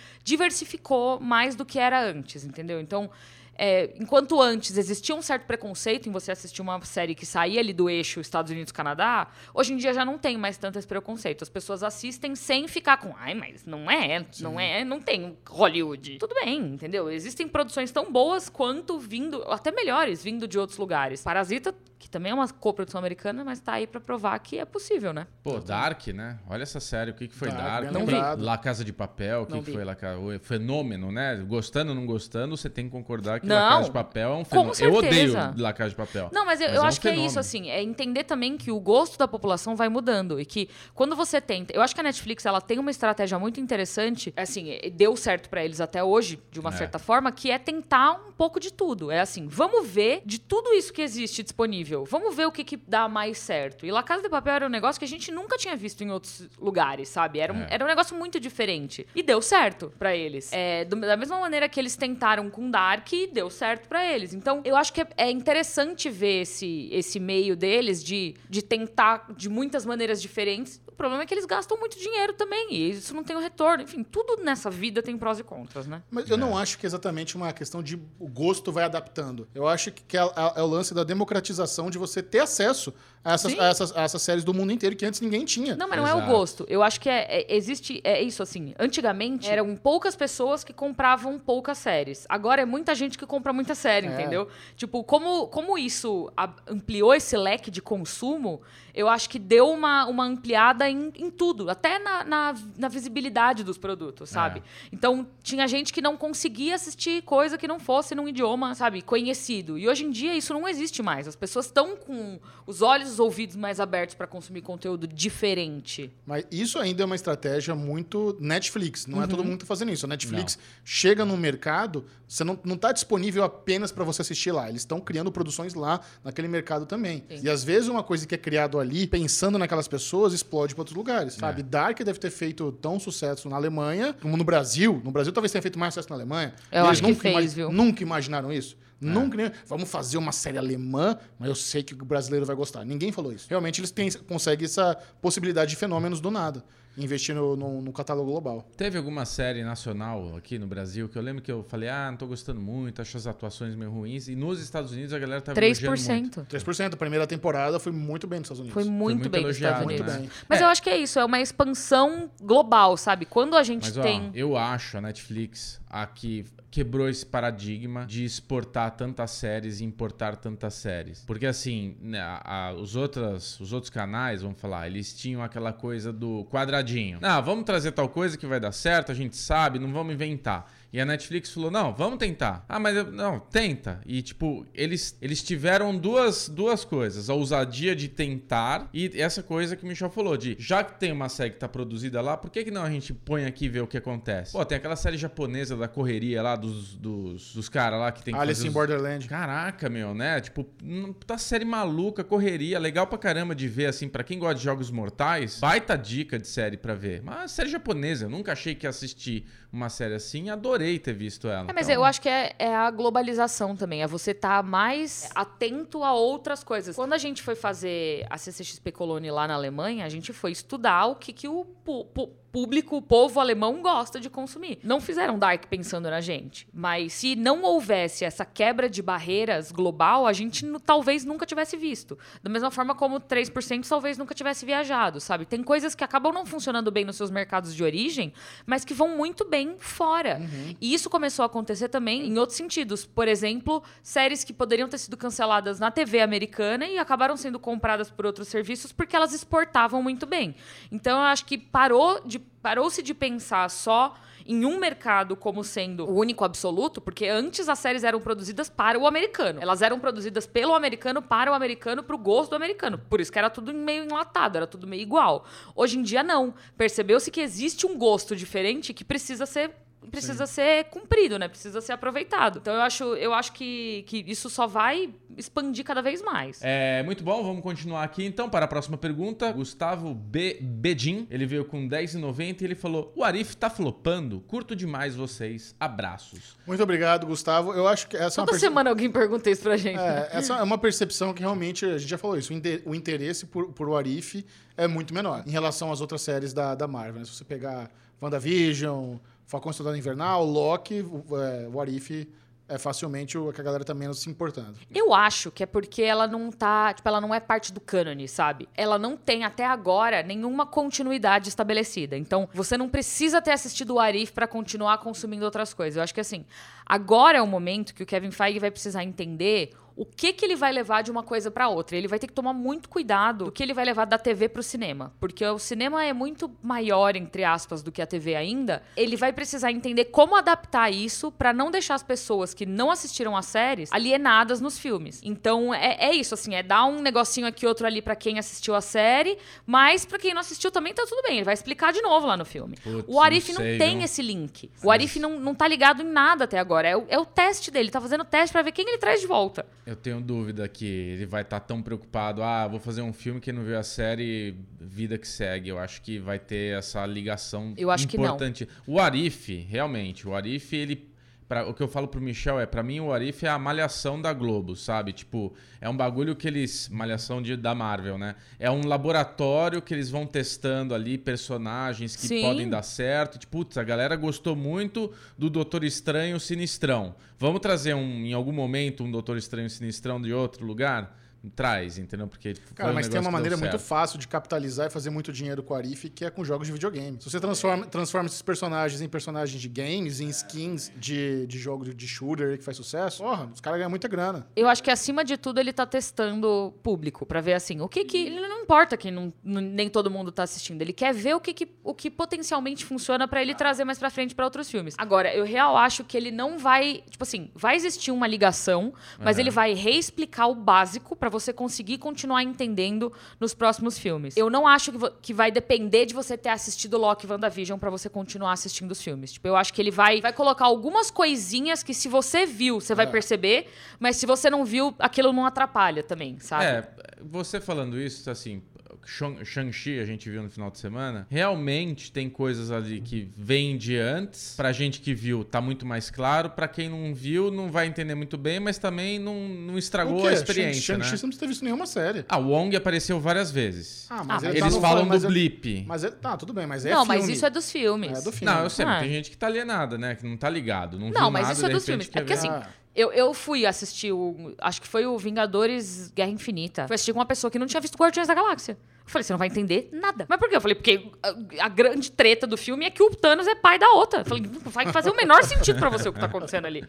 B: diversificou mais do que era antes, entendeu? Então. é, enquanto antes existia um certo preconceito em você assistir uma série que saía ali do eixo Estados Unidos-Canadá, hoje em dia já não tem mais tanto esse preconceito. As pessoas assistem sem ficar com, ai, mas não é, não é, não tem Hollywood. Tudo bem, entendeu? Existem produções tão boas quanto vindo, até melhores, vindo de outros lugares. Parasita, que também é uma coprodução americana, mas tá aí pra provar que é possível, né?
D: Pô, Dark, né? Olha essa série, o que, que foi
A: Dark,
D: Dark?
A: bem
B: Não
A: lembrado. vi.
D: La Casa de Papel, o que,
B: Não
D: que
B: vi.
D: foi La Casa... o Fenômeno, né? Gostando ou não gostando, você tem que concordar que
B: Não,
D: La Casa de Papel é um fenômeno. Eu odeio
B: certeza.
D: La Casa de Papel.
B: Não, mas eu,
D: Mas
B: eu
D: é um
B: acho que é
D: fenômeno.
B: isso, assim. É entender também que o gosto da população vai mudando. E que quando você tenta. Eu acho que a Netflix ela tem uma estratégia muito interessante. Assim, eh, deu certo pra eles até hoje, de uma
D: É.
B: certa forma, que é tentar um pouco de tudo. É assim, vamos ver de tudo isso que existe disponível. Vamos ver o que, que dá mais certo. E La Casa de Papel era um negócio que a gente nunca tinha visto em outros lugares, sabe? Era um,
D: É.
B: era um negócio muito diferente. E deu certo pra eles. É, do- da mesma maneira que eles tentaram com Dark, deu certo pra eles. Então, eu acho que é, é interessante ver esse, esse meio deles de, de tentar de muitas maneiras diferentes. O problema é que eles gastam muito dinheiro também. E isso não tem o retorno. Enfim, tudo nessa vida tem prós e contras, né?
A: Mas eu não acho que é exatamente uma questão de o gosto vai adaptando. Eu acho que que é, é- é o lance da democratização de você ter acesso a essas,
B: Sim.
A: a essas- a essas séries do mundo inteiro que antes ninguém tinha.
B: Não, mas não é o
D: Exato.
B: gosto. Eu acho que é, é- existe. É isso, assim. Antigamente eram poucas pessoas que compravam poucas séries. Agora é muita gente que compra muita série,
A: É.
B: entendeu? Tipo, como, como isso a- ampliou esse leque de consumo, eu acho que deu uma, uma ampliada em, em tudo, até na, na, na visibilidade dos produtos,
D: É.
B: sabe? Então, tinha gente que não conseguia assistir coisa que não fosse num idioma, sabe, conhecido. E hoje em dia isso não existe mais. As pessoas estão com os olhos e os ouvidos mais abertos para consumir conteúdo diferente.
A: Mas isso ainda é uma estratégia muito Netflix.
B: Uhum.
A: Não é todo mundo que tá fazendo isso. A Netflix chega no mercado, você não, não tá disponível apenas para você assistir lá. Eles estão criando produções lá naquele mercado também.
B: Sim.
A: E às vezes uma coisa que é criado ali, pensando naquelas pessoas, explode para outros lugares. Sabe?
B: É.
A: Dark deve ter feito tão sucesso na Alemanha como no Brasil. No Brasil talvez tenha feito mais sucesso na Alemanha.
B: Eu acho que fez,
A: imagi-
B: viu?
A: Nunca imaginaram isso. Nunca. nem- Vamos fazer uma série alemã, mas eu sei que o brasileiro vai gostar. Ninguém falou isso. Realmente eles têm, conseguem essa possibilidade de fenômenos do nada. Investir no, no- no catálogo global.
D: Teve alguma série nacional aqui no Brasil que eu lembro que eu falei, ah, não tô gostando muito, acho as atuações meio ruins. E nos Estados Unidos a galera tá tava elogiando muito.
B: 3%.
A: 3%. A primeira temporada foi muito bem nos Estados Unidos.
B: Foi muito,
D: muito
B: bem nos
D: elogiado,
B: Estados
A: muito
B: Unidos.
A: bem.
B: Mas
D: É.
B: eu acho que é isso, é uma expansão global, sabe? Quando a gente
D: Mas ó,
B: tem.
D: eu acho a Netflix a que quebrou esse paradigma de exportar tantas séries e importar tantas séries. Porque assim, né, a- a- os, outras, os outros canais, vamos falar, eles tinham aquela coisa do quadradinho. Ah, vamos trazer tal coisa que vai dar certo, a gente sabe, não vamos inventar. E a Netflix falou: não, vamos tentar. Ah, mas eu- não, tenta. E tipo, eles, eles tiveram duas, duas coisas: a ousadia de tentar e essa coisa que o Michel falou: de já que tem uma série que tá produzida lá, por que, que não a gente põe aqui e vê o que acontece? Pô, tem aquela série japonesa da correria lá dos, dos, dos caras lá que tem que
A: Alice
D: fazer
A: in
D: os-
A: Borderland.
D: Caraca, meu, né? Tipo, hum, puta série maluca, correria, legal pra caramba de ver, assim, pra quem gosta de jogos mortais, baita dica de série pra ver. Mas série japonesa, eu nunca achei que ia assistir uma série assim, adorei ter visto ela.
B: É, mas
D: Então,
B: eu acho que é, é a globalização também. É você estar mais É, atento a outras coisas. Quando a gente foi fazer a CCXP Colônia lá na Alemanha, a gente foi estudar o que, que o pu- pu- público, o povo alemão gosta de consumir. Não fizeram Dark pensando na gente. Mas se não houvesse essa quebra de barreiras global a gente nu- talvez nunca tivesse visto. Da mesma forma como 3% talvez nunca tivesse viajado, sabe? Tem coisas que acabam não funcionando bem nos seus mercados de origem, mas que vão muito bem fora. E isso começou a acontecer também em outros sentidos. Por exemplo, séries que poderiam ter sido canceladas na TV americana e acabaram sendo compradas por outros serviços porque elas exportavam muito bem. Então eu acho que parou de parou-se de pensar só em um mercado como sendo o único absoluto, porque antes as séries eram produzidas para o americano. Elas eram produzidas pelo americano, para o americano, para o gosto do americano. Por isso que era tudo meio enlatado, era tudo meio igual. Hoje em dia, não. Percebeu-se que existe um gosto diferente que precisa ser precisa ser cumprido, né? Precisa ser aproveitado. Então eu acho, eu acho que, que isso só vai expandir cada vez mais.
D: É, muito bom, vamos continuar aqui então para a próxima pergunta. Gustavo B. Bedin, ele veio com 10,90 e ele falou: O Arif tá flopando, curto demais vocês, abraços.
A: Muito obrigado, Gustavo. Eu acho que essa é uma
B: Toda
A: perce-
B: semana alguém pergunta isso pra gente. né?
A: É, essa é uma percepção que realmente, a gente já falou isso, o inte- o interesse por, por o Arif é muito menor em relação às outras séries da, da Marvel. né? Se você pegar WandaVision, Falcão e Soldado Invernal, Loki, o, é, o Arif é facilmente o que a galera tá menos se importando.
B: Eu acho que é porque ela não tá. Tipo, ela não é parte do cânone, sabe? Ela não tem até agora nenhuma continuidade estabelecida. Então, você não precisa ter assistido o Arif pra continuar consumindo outras coisas. Eu acho que assim, agora é o momento que o Kevin Feige vai precisar entender. O que, que ele vai levar de uma coisa pra outra? Ele vai ter que tomar muito cuidado do que ele vai levar da TV pro cinema, porque o cinema é muito maior entre aspas do que a TV ainda. Ele vai precisar entender como adaptar isso pra não deixar as pessoas que não assistiram às séries alienadas nos filmes. Então é, é isso assim, é dar um negocinho aqui outro ali pra quem assistiu a série, mas pra quem não assistiu também tá tudo bem. Ele vai explicar de novo lá no filme.
D: Putz,
B: o Arif
D: não
B: não,
D: sei,
B: tem
D: viu?
B: esse link. O Arif não, não tá ligado em nada até agora. É o, é o teste dele. Tá fazendo teste pra ver quem ele traz de volta.
D: Eu tenho dúvida que ele vai estar tão preocupado. Ah, vou fazer um filme que não viu a série, vida que segue. Eu acho que vai ter essa ligação
B: Eu acho que não.
D: importante. O Arif, realmente, o Arif, ele. pra- o que eu falo pro Michel é, pra mim, o Arif é a malhação da Globo, sabe? Tipo, é um bagulho que eles. Malhação de, da Marvel, né? É um laboratório que eles vão testando ali personagens que
B: Sim.
D: podem dar certo. Tipo, putz, a galera gostou muito do Doutor Estranho Sinistrão. Vamos trazer um, em algum momento um Doutor Estranho Sinistrão de outro lugar? Traz, entendeu? Porque. foi
A: Cara,
D: um
A: mas tem
D: negócio
A: uma
D: que
A: maneira
D: deu
A: muito
D: certo.
A: fácil de capitalizar e fazer muito dinheiro com o Arif, que é com jogos de videogame. Se você transforma, transforma esses personagens em personagens de games, em skins de, de jogo de- de shooter que faz sucesso, porra, os caras ganham muita grana.
B: Eu acho que, acima de tudo, ele tá testando público pra ver, assim, o que que... Ele não importa que não- não- nem todo mundo tá assistindo. Ele quer ver o que, que- o que potencialmente funciona pra ele trazer mais pra frente pra outros filmes. Agora, eu real acho que ele não vai... Tipo assim, vai existir uma ligação, mas ele vai reexplicar o básico pra você conseguir continuar entendendo nos próximos filmes. Eu não acho que, vo- que vai depender de você ter assistido Loki e WandaVision pra você continuar assistindo os filmes. Tipo, eu acho que ele vai, vai colocar algumas coisinhas que se você viu, você vai
A: É.
B: perceber, mas se você não viu, aquilo não atrapalha também, sabe?
D: É, você falando isso, assim, Shang- Shang-Chi a gente viu no final de semana, realmente tem coisas ali que vêm de antes. Pra gente que viu, tá muito mais claro. Pra quem não viu, não vai entender muito bem, mas também não, não
A: O
D: estragou
A: quê?
D: a experiência.
A: Shang- Shang-Chi
D: né?
A: você não precisa ter visto nenhuma série.
D: Ah, o Wong apareceu várias vezes.
A: Ah,
B: mas
A: ele
B: tá
D: Eles
A: no-
D: falam
A: mas
D: do
A: ele-
D: blip.
A: Mas é, tá, tudo bem, mas é
B: não,
A: filme.
B: mas isso é dos filmes.
A: É do filme.
D: Não, eu sei, mas
B: Ah.
D: tem gente que tá alienada, né? Que não tá ligado. Não,
B: Não,
D: viu
B: mas
D: nada,
B: isso é
D: de
B: dos
D: repente
B: filmes. É porque
D: quer ver.
B: assim,
A: Ah.
B: eu, eu fui assistir o. Acho que foi o Vingadores Guerra Infinita. Fui assistir com uma pessoa que não tinha visto Guardiões da Galáxia. Eu falei, você não vai entender nada. Mas por quê? Eu falei, porque a, a grande treta do filme é que o Thanos é pai da outra. Eu falei, não vai fazer o menor sentido pra você o que tá acontecendo ali.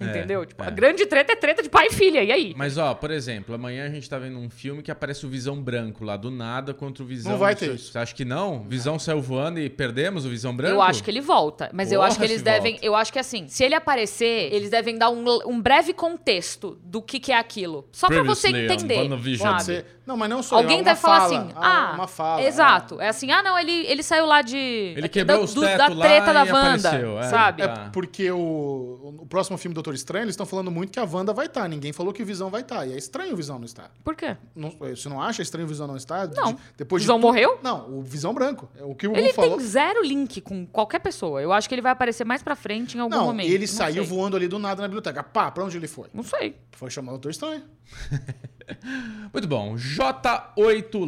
D: É,
B: Entendeu? Tipo, a grande treta é treta de pai e filha. E aí?
D: Mas ó, por exemplo, amanhã a gente tá vendo um filme que aparece o Visão Branco lá do nada contra o Visão.
A: Não vai
D: sei-
A: ter isso.
D: Você acha que não? Visão saiu voando e perdemos o Visão Branco?
B: Eu acho que ele volta. Mas eu
D: Porra,
B: acho que eles
D: se
B: devem.
D: volta.
B: Eu acho que assim, se ele aparecer, eles devem dar um, um breve contexto do que, que é aquilo. Só pra você
D: Previously on
B: entender.
D: WandaVision.
B: Sabe?
A: Pode ser. Não, mas não só eu, é
B: Alguém
A: uma
B: deve falar
A: fala.
B: assim, ah,
A: uma fala.
B: exato. É. assim, ah, não, ele, ele saiu lá de...
D: Ele quebrou
B: da,
D: os
B: do-
D: tetos
B: da
D: lá
B: treta da
D: e
B: Wanda,
D: apareceu, é.
A: É,
B: sabe?
A: É
D: Tá.
A: porque o, o próximo filme do Doutor Estranho, eles estão falando muito que a Wanda vai estar. Ninguém falou que o Visão vai estar. E é estranho o Visão não estar.
B: Por quê?
A: Não, você não acha estranho o Visão não estar? De-
B: Não.
A: depois de
B: Visão
A: tudo-
B: morreu?
A: Não, o Visão branco. É O que o Hugo
B: Ele
A: falou.
B: tem zero link com qualquer pessoa. Eu acho que ele vai aparecer mais pra frente em algum
A: não,
B: momento.
A: ele
B: Não
A: saiu
B: sei.
A: voando ali do nada na biblioteca. Pá, pra onde ele foi?
B: Não sei.
A: Foi chamar o Doutor Estranho.
D: Muito bom. J8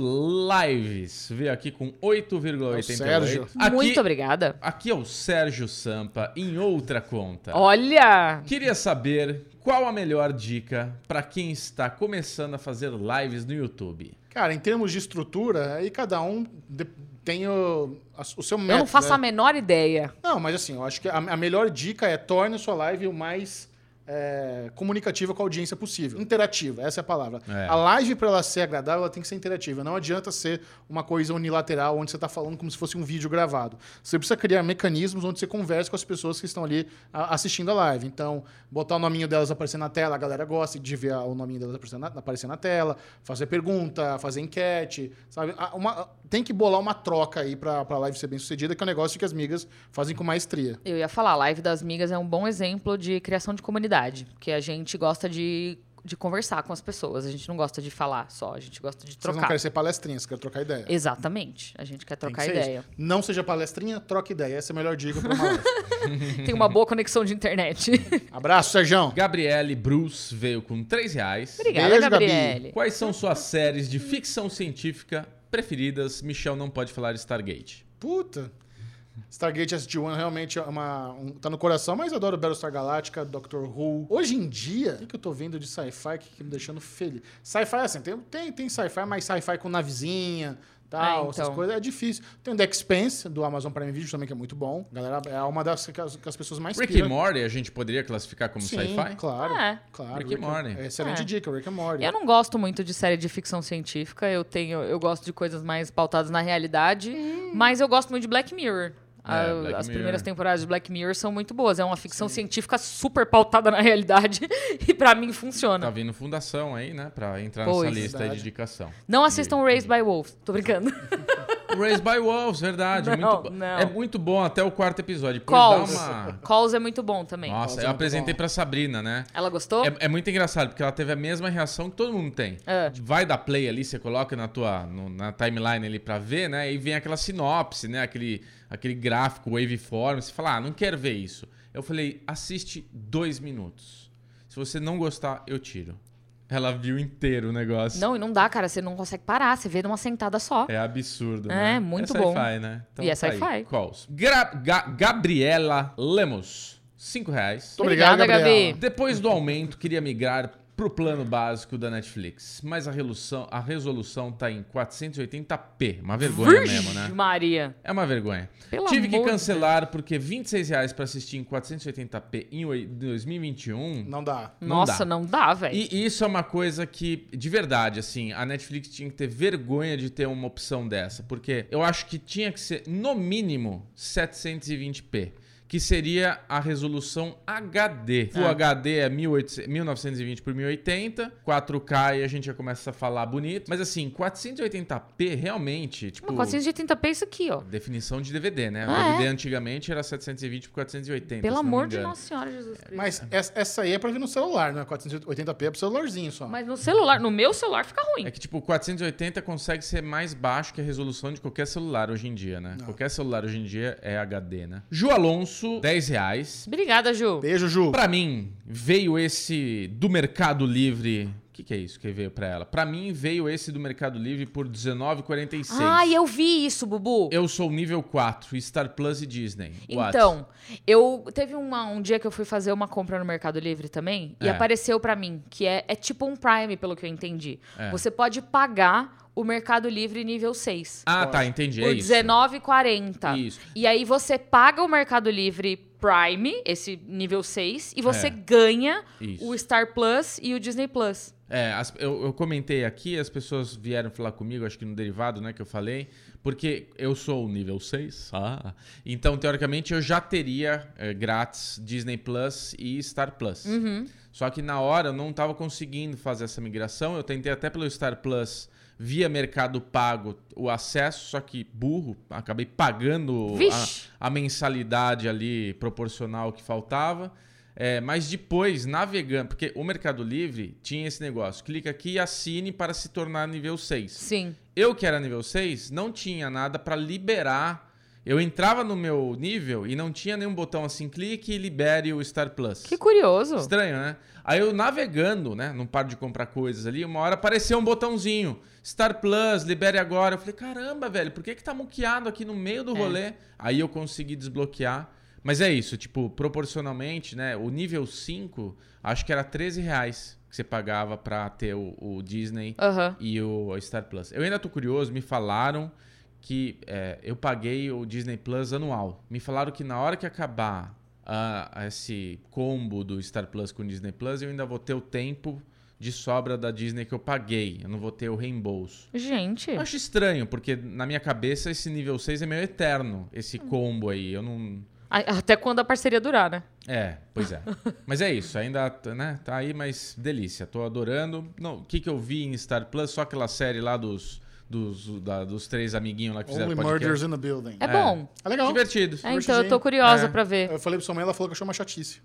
D: Lives. Veio aqui com 8,88.
A: Sérgio.
D: Aqui-
B: Muito obrigada.
D: Aqui é o Sérgio Sampa em outra conta.
B: Olha!
D: Queria saber qual a melhor dica para quem está começando a fazer lives no YouTube.
A: Cara, em termos de estrutura, aí cada um de- tem o, a- o seu método.
B: Eu não faço
A: né?
B: a menor ideia.
A: Não, mas assim, eu acho que a, a melhor dica é torne a sua live o mais é, comunicativa com a audiência possível. Interativa, essa é a palavra.
D: É.
A: A live, para ela ser agradável, ela tem que ser interativa. Não adianta ser uma coisa unilateral, onde você está falando como se fosse um vídeo gravado. Você precisa criar mecanismos onde você conversa com as pessoas que estão ali a- assistindo a live. Então, botar o nominho delas aparecendo na tela, a galera gosta de ver o nominho delas aparecendo na, aparecer na tela, fazer pergunta, fazer enquete, sabe? A- uma- tem que bolar uma troca aí para a live ser bem sucedida, que é um negócio que as migas fazem com maestria.
B: Eu ia falar, a live das migas é um bom exemplo de criação de comunidade. Porque a gente gosta de, de conversar com as pessoas. A gente não gosta de falar só, a gente gosta de
A: Vocês não
B: trocar.
A: querem ser palestrinhas, querem trocar ideia.
B: Exatamente. A gente quer
A: Tem que
B: trocar
A: ser
B: ideia.
A: isso. Não seja palestrinha, troca ideia. Essa é a melhor dica para uma live.
B: Tem uma boa conexão de internet.
A: Abraço, Sérgio.
D: Gabriele Bruce veio com 3 reais.
B: Obrigada,
A: Beijo, Gabi.
B: Gabriele.
D: Quais são suas séries de ficção científica preferidas? Michel não pode falar Stargate.
A: Puta. Stargate SG-1 realmente é uma, um- tá no coração, mas eu adoro Battlestar Galactica, Doctor Who. Hoje em dia, o que que eu tô vendo de sci-fi que que me deixando feliz? Sci-fi, assim, tem, tem, tem sci-fi, mas sci-fi com navezinha, tal,
B: Ah,
A: essas
B: então.
A: coisas, é difícil. Tem o The Expanse, do Amazon Prime Video também, que é muito bom. Galera, é uma das que as, que as pessoas mais
D: Rick
A: piram.
D: and Morty a gente poderia classificar como
A: Sim,
D: sci-fi?
A: claro,
B: É.
A: claro.
D: Rick and Morty.
A: É excelente
B: É.
A: dica, Rick and Morty.
B: Eu não gosto muito de série de ficção científica. Eu tenho, eu gosto de coisas mais pautadas na realidade, mas eu gosto muito de Black Mirror. A-
D: É, Black
B: as
D: Mirror.
B: primeiras temporadas de Black Mirror são muito boas. É uma ficção científica super pautada na realidade e pra mim funciona.
D: Tá vindo fundação aí, né? Pra entrar
B: Pois.
D: nessa lista aí de
A: Verdade.
D: indicação.
B: Não
D: tá
B: assistam Raised by Wolves. Tô brincando.
D: Raised by Wolves, verdade.
B: Não,
D: muito bo-
B: não.
D: É muito bom até o quarto episódio. Depois
B: Calls.
D: dá uma...
B: Calls é muito bom também.
A: Calls
D: Nossa,
A: é
D: eu
A: muito
D: apresentei
A: bom.
D: pra Sabrina, né?
B: Ela gostou?
D: É, é muito engraçado, porque ela teve a mesma reação que todo mundo tem.
B: É.
D: Vai dar play ali, você coloca na tua no- na timeline ali pra ver, né? E vem aquela sinopse, né? Aquele, aquele gráfico waveform. Você fala, ah, não quero ver isso. Eu falei, assiste dois minutos. Se você não gostar, eu tiro. Ela viu inteiro o negócio.
B: Não, e não dá, cara. Você não consegue parar. Você vê numa sentada só.
D: É absurdo,
B: É,
D: né?
B: muito
D: é
B: bom.
D: sci-fi, né?
B: E é
D: tá aí.
B: sci-fi.
D: Calls. Gra Ga- Gabriela Lemos, 5 reais.
A: Muito obrigado,
B: Obrigada,
A: Gabriela.
B: Gabi.
D: Depois do aumento, queria migrar pro plano básico da Netflix, mas a resolução, a resolução tá em 480p. Uma vergonha
B: Virgem
D: mesmo, né?
B: Maria.
D: É uma vergonha.
B: Pelo
D: Tive que
B: amor de
D: cancelar porque 26 reais pra assistir em 480p em oi- 2021
A: Não dá.
D: Não
B: Nossa,
D: dá.
B: não dá, velho.
D: e isso é uma coisa que, de verdade, assim, a Netflix tinha que ter vergonha de ter uma opção dessa, porque eu acho que tinha que ser, no mínimo, 720p. Que seria a resolução HD. Full HD é 1800 1920 por 1080, 4K e a gente já começa a falar bonito. Mas assim, 480p realmente, tipo.
B: 480p é isso aqui, ó.
D: Definição de DVD, né?
B: Ah,
D: DVD antigamente era 720 por 480.
B: Pelo
D: se não me
B: amor de
D: engano.
B: Nossa Senhora Jesus Cristo.
A: Mas essa essa aí é pra ver no celular, não é? 480p é pro celularzinho só.
B: Mas no celular, no meu celular fica ruim.
D: É que, tipo, 480 consegue ser mais baixo que a resolução de qualquer celular hoje em dia, né? Qualquer celular hoje em dia é HD, né? Ju Alonso, R$ 10 reais.
B: Obrigada, Ju.
A: Beijo, Ju.
D: Pra mim, veio esse do Mercado Livre... O que, que é isso que veio pra ela? Pra mim, veio esse do Mercado Livre por R$19,46.
B: Ai, eu vi isso, Bubu.
D: Eu sou nível 4, Star Plus e Disney. What?
B: Então, eu teve uma- um dia que eu fui fazer uma compra no Mercado Livre também e
D: É.
B: apareceu pra mim que é, é tipo um Prime, pelo que eu entendi.
D: É.
B: Você pode pagar o Mercado Livre nível 6.
D: Ah, tá, entendi.
B: por
D: é isso.
B: R$19,40.
D: Isso.
B: E aí você paga o Mercado Livre Prime, esse nível 6, e você
D: É.
B: ganha
D: Isso.
B: o Star Plus e o Disney Plus.
D: É, as- eu, eu comentei aqui, as pessoas vieram falar comigo, acho que no derivado, né, que eu falei, porque eu sou o nível 6, ah, então teoricamente eu já teria eh, grátis Disney Plus e Star Plus. Só que na hora eu não tava conseguindo fazer essa migração, eu tentei até pelo Star Plus via Mercado Pago o acesso, só que burro, acabei pagando
B: Vixe!
D: a, a mensalidade ali proporcional ao que faltava. É, mas depois, navegando, porque o Mercado Livre tinha esse negócio: clica aqui e assine para se tornar nível 6.
B: Sim.
D: Eu, que era nível 6, não tinha nada para liberar Eu entrava no meu nível e não tinha nenhum botão assim, clique e libere o Star Plus.
B: Que curioso.
D: Estranho, né? Aí eu navegando, né? Não paro de comprar coisas ali. Uma hora apareceu um botãozinho. Star Plus, libere agora. Eu falei, caramba, velho, por que, que tá muqueado aqui no meio do rolê? Aí eu consegui desbloquear. Mas é isso, tipo, proporcionalmente, né? O nível 5, acho que era 13 reais que você pagava pra ter o, o Disney
B: Aham.
D: e o Star Plus. Eu ainda tô curioso, me falaram que é, eu paguei o Disney Plus anual. Me falaram que na hora que acabar ah, esse combo do Star Plus com o Disney Plus, eu ainda vou ter o tempo de sobra da Disney que eu paguei. Eu não vou ter o reembolso.
B: Gente.
D: Eu acho estranho, porque na minha cabeça esse nível 6 é meio eterno, esse combo aí. Eu não.
B: a- Até quando a parceria durar, né?
D: É, pois é. mas é isso, ainda tá, né, tá aí, mas delícia, tô adorando. Não, o que, que eu vi em Star Plus? Só aquela série lá dos, dos, da- dos três amiguinhos lá que fizeram
A: Only
D: podcast.
A: Murders in the Building.
B: É, bom.
A: É legal.
D: Divertidos.
B: É, então eu tô curiosa pra ver.
A: Eu falei pra sua mãe, ela falou que achou uma chatice.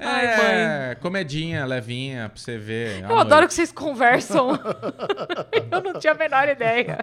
D: É, comedinha, levinha, pra você ver.
B: Eu adoro que vocês conversam. eu não tinha a menor ideia.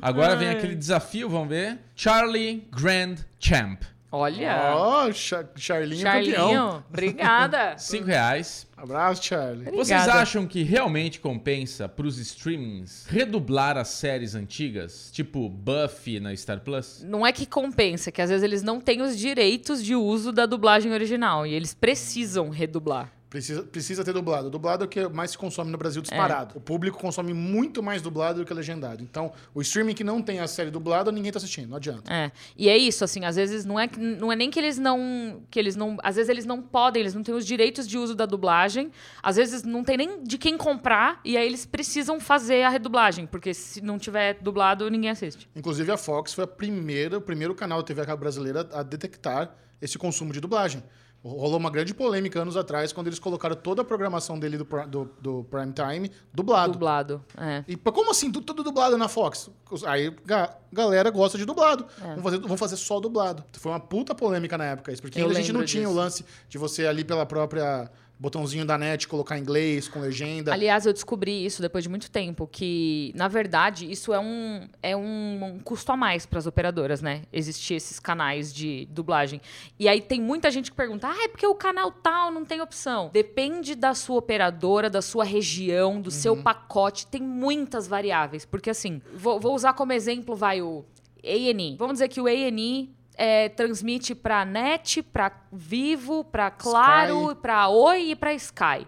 D: Agora vem aquele desafio, vamos ver. Charlie Grand Champ.
B: Olha.
A: Ó, Cha- É. Charlinho, é campeão.
B: Charlinho, obrigada.
D: Cinco reais.
A: Abraço, Charlie.
D: Vocês
B: Hum. Obrigada.
D: acham que realmente compensa pros streamings redublar as séries antigas? Tipo Buffy na Star Plus?
B: Não é que compensa, que às vezes eles não têm os direitos de uso da dublagem original e eles precisam redublar.
A: Precisa, precisa ter dublado. Dublado é o que mais se consome no Brasil disparado. O público consome muito mais dublado do que legendado. Então, o streaming que não tem a série dublada, ninguém tá assistindo. Não adianta.
B: É. E é isso, assim, às vezes não é, que- não é nem que eles não. que eles não. Às vezes eles não podem, eles não têm os direitos de uso da dublagem. Às vezes não tem nem de quem comprar, e aí eles precisam fazer a redublagem, porque se não tiver dublado, ninguém assiste.
A: Inclusive, a Fox foi a primeira, o primeiro canal da TV a cabo brasileira a detectar esse consumo de dublagem. Rolou uma grande polêmica anos atrás, quando eles colocaram toda a programação dele do, pri- do, do prime time dublado.
B: Dublado. É.
A: E pô, como assim? Tudo, tudo dublado na Fox? Aí ga galera gosta de dublado.
B: É.
A: Vamos, fazer, vamos fazer só dublado. Foi uma puta polêmica na época isso, porque
B: Eu
A: a gente não
B: lembro
A: tinha o
B: disso.
A: lance de você ali pela própria botãozinho da net colocar inglês com legenda.
B: Aliás, eu descobri isso depois de muito tempo, que, na verdade, isso é um, é um, um custo a mais para as operadoras, né? Existir esses canais de dublagem. E aí tem muita gente que pergunta, ah, é porque o canal tal não tem opção. Depende da sua operadora, da sua região, do seu pacote. Tem muitas variáveis. Porque, assim, vou, vou usar como exemplo, vai, o A&E. Vamos dizer que o A&E... é, transmite para NET, para Vivo, para Claro, para Oi e para Sky.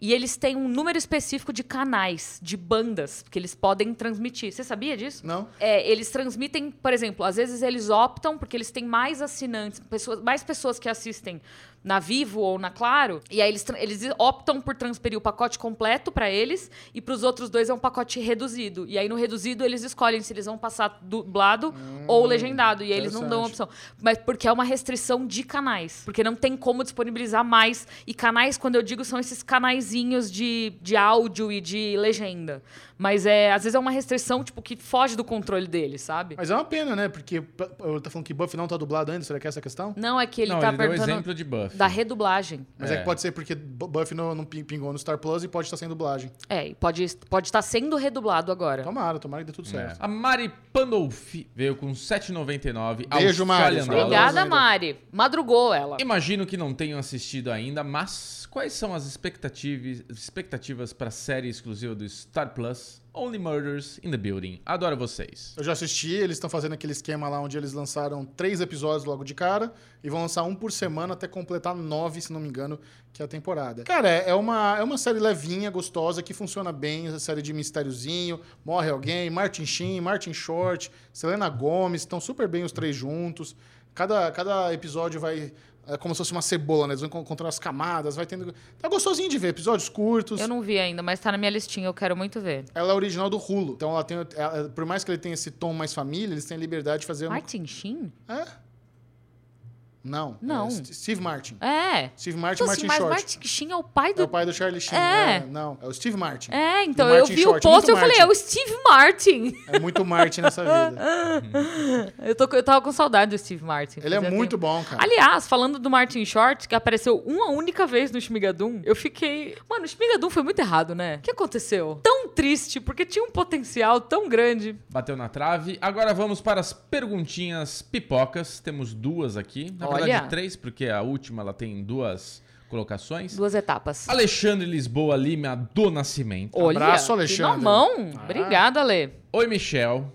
B: E eles têm um número específico de canais, de bandas, que eles podem transmitir. Você sabia disso?
A: Não?
B: É, eles transmitem, por exemplo, às vezes eles optam porque eles têm mais assinantes, pessoas, mais pessoas que assistem na Vivo ou na Claro, e aí eles, tra- eles optam por transferir o pacote completo para eles e para os outros dois é um pacote reduzido. E aí no reduzido eles escolhem se eles vão passar dublado ou legendado, e aí eles não dão
A: interessante.
B: opção opção. Mas porque é uma restrição de canais. Porque não tem como disponibilizar mais. E canais, quando eu digo, são esses canaizinhos de, de áudio e de legenda. Mas é, às vezes é uma restrição, tipo, que foge do controle deles, sabe?
A: Mas é uma pena, né? Porque p- eu tá falando que Buff não tá dublado ainda, será que é essa a questão?
B: Não, é que ele
D: não,
B: tá
D: ele
A: um
D: deu
B: perguntando
D: exemplo de Buffy.
B: da redublagem.
A: Mas é.
D: É.
A: que pode ser porque Bu- Buff não, não pin- pingou no Star Plus e pode estar sem dublagem.
B: É, e pode, pode estar sendo redublado agora.
A: Tomara, tomara que dê tudo
D: É.
A: certo.
D: A Mari Pandolfi veio com 7,99.
A: Beijo, Mari.
D: Australian
A: Obrigado.
D: Dollars.
B: Obrigada, Mari. Madrugou ela.
D: Imagino que não tenham assistido ainda, mas quais são as expectativas, expectativas para a série exclusiva do Star Plus? Only Murders in the Building. Adoro vocês.
A: Eu já assisti, eles estão fazendo aquele esquema lá onde eles lançaram três episódios logo de cara e vão lançar um por semana até completar nove, se não me engano, que é a temporada. Cara, é é uma, é uma série levinha, gostosa, que funciona bem, essa série de mistériozinho, morre alguém, Martin Sheen, Martin Short, Selena Gomes, estão super bem os três juntos. Cada, cada episódio vai... É como se fosse uma cebola, né? Eles vão encontrar as camadas, vai tendo... Tá gostosinho de ver, episódios curtos.
B: Eu não vi ainda, mas tá na minha listinha, eu quero muito ver.
A: Ela é original do Hulu. Então, ela tem, ela- por mais que ele tenha esse tom mais família, eles têm liberdade de fazer... um-
B: Martin Sheen?
A: Hã? Não.
B: Não.
A: É St- Steve Martin.
B: É.
A: Steve Martin
B: Então,
A: e Martin
B: assim, mas
A: Short.
B: Martin Sheen é o pai
A: É
B: do
A: o pai do Charlie Sheen.
B: É.
A: É, não, é o Steve Martin. É,
B: É, então eu
A: Martin
B: vi
A: Short,
B: o
A: muito
B: post e eu falei, é
A: Martin.
B: o Steve Martin.
A: muito Martin nessa vida.
B: Eu, tô, eu tava com saudade do Steve Martin.
A: Ele é
B: Fazia
A: muito
B: tempo.
A: bom, cara.
B: Aliás, falando do Martin Short, que apareceu uma única vez no Shmigadum, eu fiquei. Mano, o Shmigadum foi muito errado, né? O que aconteceu? Tão triste, porque tinha um potencial tão grande.
D: Bateu na trave. Agora vamos para as perguntinhas pipocas. Temos duas aqui. Na
B: Olha.
D: verdade, três, porque a última ela tem duas colocações.
B: Duas etapas.
D: Alexandre Lisboa Lima do Nascimento.
B: Olha,
A: Abraço,
B: que
A: Alexandre.
B: Mão.
A: Ah.
B: Obrigada, Ale.
D: Oi, Michel.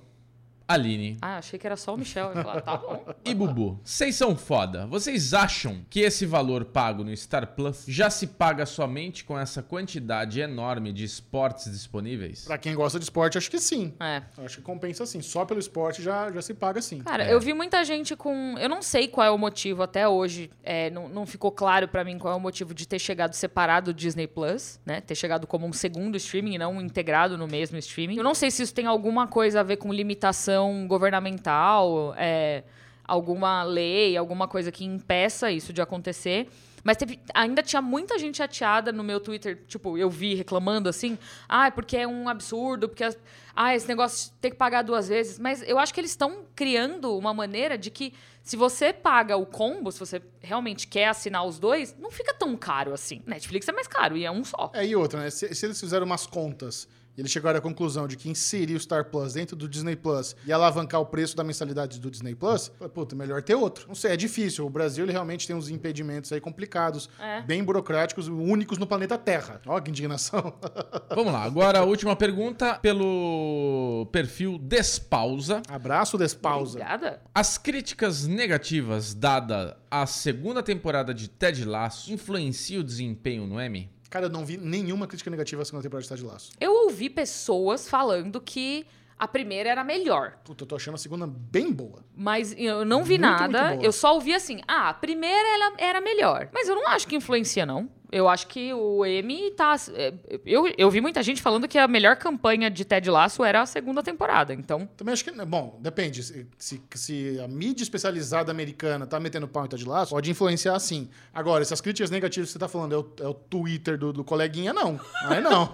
D: Aline
B: Ah, achei que era só o Michel. Eu ia falar, tá bom.
D: e Bubu. Vocês são foda. Vocês acham que esse valor pago no Star Plus já se paga somente com essa quantidade enorme de esportes disponíveis?
A: Pra quem gosta de esporte, acho que sim.
B: É.
A: Acho que compensa sim. Só pelo esporte já, já se paga sim.
B: Cara, eu vi muita gente com. Eu não sei qual é o motivo até hoje. é, não, não ficou claro pra mim qual é o motivo de ter chegado separado do Disney Plus, né? Ter chegado como um segundo streaming e não um integrado no mesmo streaming. Eu não sei se isso tem alguma coisa a ver com limitação governamental, é, alguma lei, alguma coisa que impeça isso de acontecer. Mas teve- ainda tinha muita gente chateada no meu Twitter, tipo, eu vi reclamando assim, ah, é porque é um absurdo, porque as- ah, esse negócio de ter que pagar duas vezes. Mas eu acho que eles estão criando uma maneira de que se você paga o combo, se você realmente quer assinar os dois, não fica tão caro assim. Netflix é mais caro e é um só.
A: É, e outra, né? Se, se eles fizeram umas contas e eles chegaram à conclusão de que inserir o Star Plus dentro do Disney Plus e alavancar o preço da mensalidade do Disney Plus, puta, melhor ter outro. Não sei, é difícil. O Brasil ele realmente tem uns impedimentos aí complicados,
B: É.
A: bem burocráticos, únicos no planeta Terra. Ó, que indignação.
D: Vamos lá, agora a última pergunta pelo perfil Despausa.
A: Abraço, despausa.
B: Obrigada.
D: As críticas negativas dada à segunda temporada de Ted Lasso influencia o desempenho no Emmy?
A: Cara, eu não vi nenhuma crítica negativa à segunda temporada de Estado de Laço.
B: Eu ouvi pessoas falando que a primeira era melhor.
A: Puta, eu tô achando a segunda bem boa.
B: Mas eu não vi
A: Muito,
B: nada.
A: muito boa.
B: eu só ouvi assim, ah, a primeira ela era melhor. Mas eu não acho que influencia, não. Eu acho que o M tá. é, Eu, eu vi muita gente falando que a melhor campanha de Ted Lasso era a segunda temporada. Então,
A: Também acho que. né, Bom, depende. Se, se- se a mídia especializada americana tá metendo pau em Ted Lasso, pode influenciar sim. Agora, se as críticas negativas que você tá falando é o, é o Twitter do, do coleguinha, não. Aí não.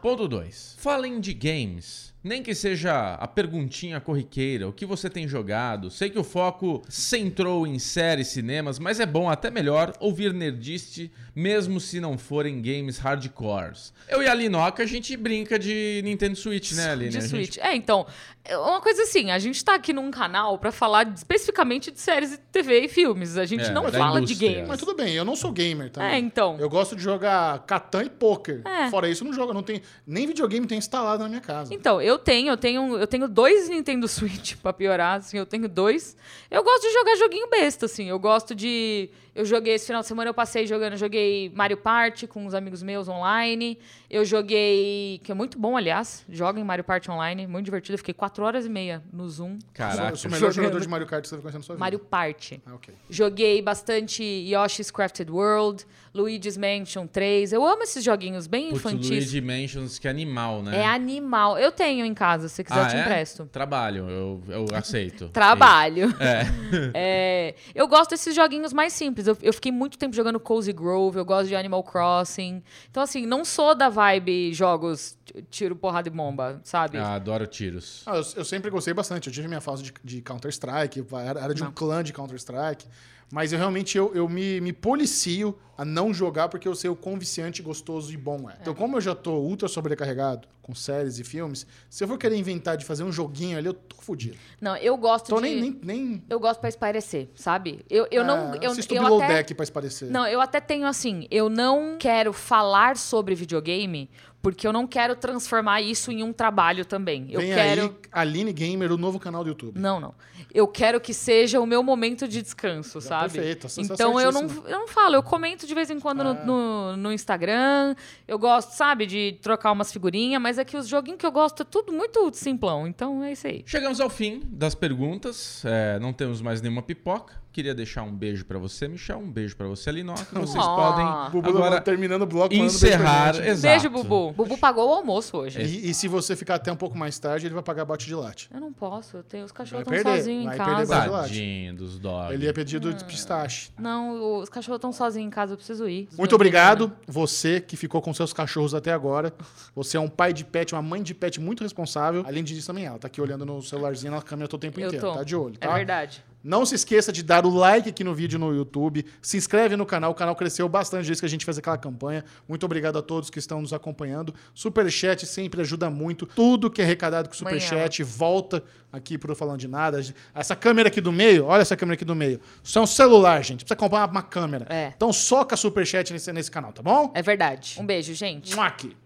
D: Ponto 2. Falem de games. Nem que seja a perguntinha corriqueira, o que você tem jogado. Sei que o foco centrou em séries, cinemas, mas é bom, até melhor, ouvir Nerdist, mesmo se não forem games hardcores. Eu e a Linoca, a gente brinca de Nintendo Switch, né, Aline?
B: de
D: A gente
B: Switch. É, então. é Uma coisa assim, a gente tá aqui num canal pra falar de- especificamente de séries de TV e filmes. A gente
D: É,
B: não
D: da
B: fala de
D: indústria.
B: games.
A: Mas tudo bem, eu não sou gamer
B: É,
A: também.
B: então.
A: Eu gosto de jogar Catan e pôquer.
B: É.
A: Fora isso, eu não jogo. Não tem, nem videogame tem instalado na minha casa.
B: Então, eu tenho, eu tenho, eu tenho dois Nintendo Switch pra piorar, assim, eu tenho dois. Eu gosto de jogar joguinho besta, assim. Eu gosto de. Eu joguei esse final de semana, eu passei jogando, eu joguei Mario Party com uns amigos meus online. Eu joguei. Que é muito bom, aliás. Joguem Mario Party online, muito divertido. Eu fiquei quatro horas e meia no Zoom.
A: Eu
D: Caraca.
A: sou o melhor
B: Jogando.
A: jogador de Mario Kart que você vai conhecer na sua vida.
B: Mario Party.
A: Ah, ok.
B: Joguei bastante Yoshi's Crafted World, Luigi's Mansion 3. Eu amo esses joguinhos bem
D: Putz,
B: infantis.
D: Luigi Mansions, que animal, né?
B: É animal. Eu tenho em casa, se quiser eu te
D: é?
B: empresto.
D: Trabalho, eu, eu aceito.
B: Trabalho.
D: É.
B: É, eu gosto desses joguinhos mais simples. Eu, eu fiquei muito tempo jogando Cozy Grove, eu gosto de Animal Crossing. Então, assim, não sou da vibe jogos t- tiro, porrada e bomba, sabe?
D: Ah, adoro tiros.
A: Ah, eu, eu sempre gostei bastante. Eu tive minha fase de, de Counter-Strike, era, era de um clã de Counter-Strike. Mas eu realmente eu, eu me, me policio a não jogar porque eu sei o quão viciante, gostoso e bom é. Então, como eu já tô ultra sobrecarregado com séries e filmes, se eu for querer inventar de fazer um joguinho ali, eu tô fudido.
B: Não, eu gosto
A: Então,
B: de.
A: nem. nem, nem
B: Eu gosto pra espairecer, sabe? Eu, eu não.
A: é,
B: Eu,
A: assisto
B: eu
A: Below
B: até...
A: Deck pra esparecer.
B: Não, eu até tenho assim, eu não quero falar sobre videogame, porque eu não quero transformar isso em um trabalho também. Eu
A: Vem
B: quero.
A: aí, Aline Gamer, o novo canal do YouTube.
B: Não, não. Eu quero que seja o meu momento de descanso, sabe?
A: perfeito, É. tá
B: Então eu não, eu não falo, eu comento de vez em quando no, no, no Instagram. Eu gosto, sabe, de trocar umas figurinhas, mas é que os joguinhos que eu gosto é tudo muito simplão. Então é isso aí.
D: Chegamos ao fim das perguntas. É, não temos mais nenhuma pipoca. Queria deixar um beijo pra você, Michel. Um beijo pra você, Linoca. Vocês
B: Ah.
D: podem
A: Bubu
D: agora
A: tá terminando o bloco. mandando beijo pra
D: encerrar. é
A: gente.
D: Exato.
B: Um Beijo, Bubu. bom. Bubu pagou o almoço hoje.
A: E, e se você ficar até um pouco mais tarde, ele vai pagar bate de latte.
B: Eu não posso, eu tenho, os cachorros
A: Vai
B: estão
A: perder,
B: sozinhos em
A: vai
B: casa.
A: perder bastante.
D: Tadinho dos dogs.
A: Ele ia pedir do
B: Ah.
A: de pistache.
B: Não, os cachorros estão sozinhos em casa, eu preciso ir.
A: Muito obrigado,
B: né?
A: você que ficou com seus cachorros até agora. Você é um pai de pet, uma mãe de pet muito responsável. Além disso, também ela tá aqui olhando no celularzinho na câmera todo o tempo
B: Eu
A: inteiro.
B: tô.
A: Tá de olho,
B: É
A: tá?
B: verdade.
A: Não se esqueça de dar o like aqui no vídeo no YouTube. Se inscreve no canal. O canal cresceu bastante desde que a gente fez aquela campanha. Muito obrigado a todos que estão nos acompanhando. Superchat sempre ajuda muito. Tudo que é arrecadado com Superchat volta aqui pro Falando de Nada. Essa câmera aqui do meio, olha essa câmera aqui do meio. Isso é um celular, gente. Precisa comprar uma câmera.
B: É.
A: Então soca Superchat nesse, nesse canal, tá bom?
B: É verdade. Um beijo, gente.
A: Mua aqui.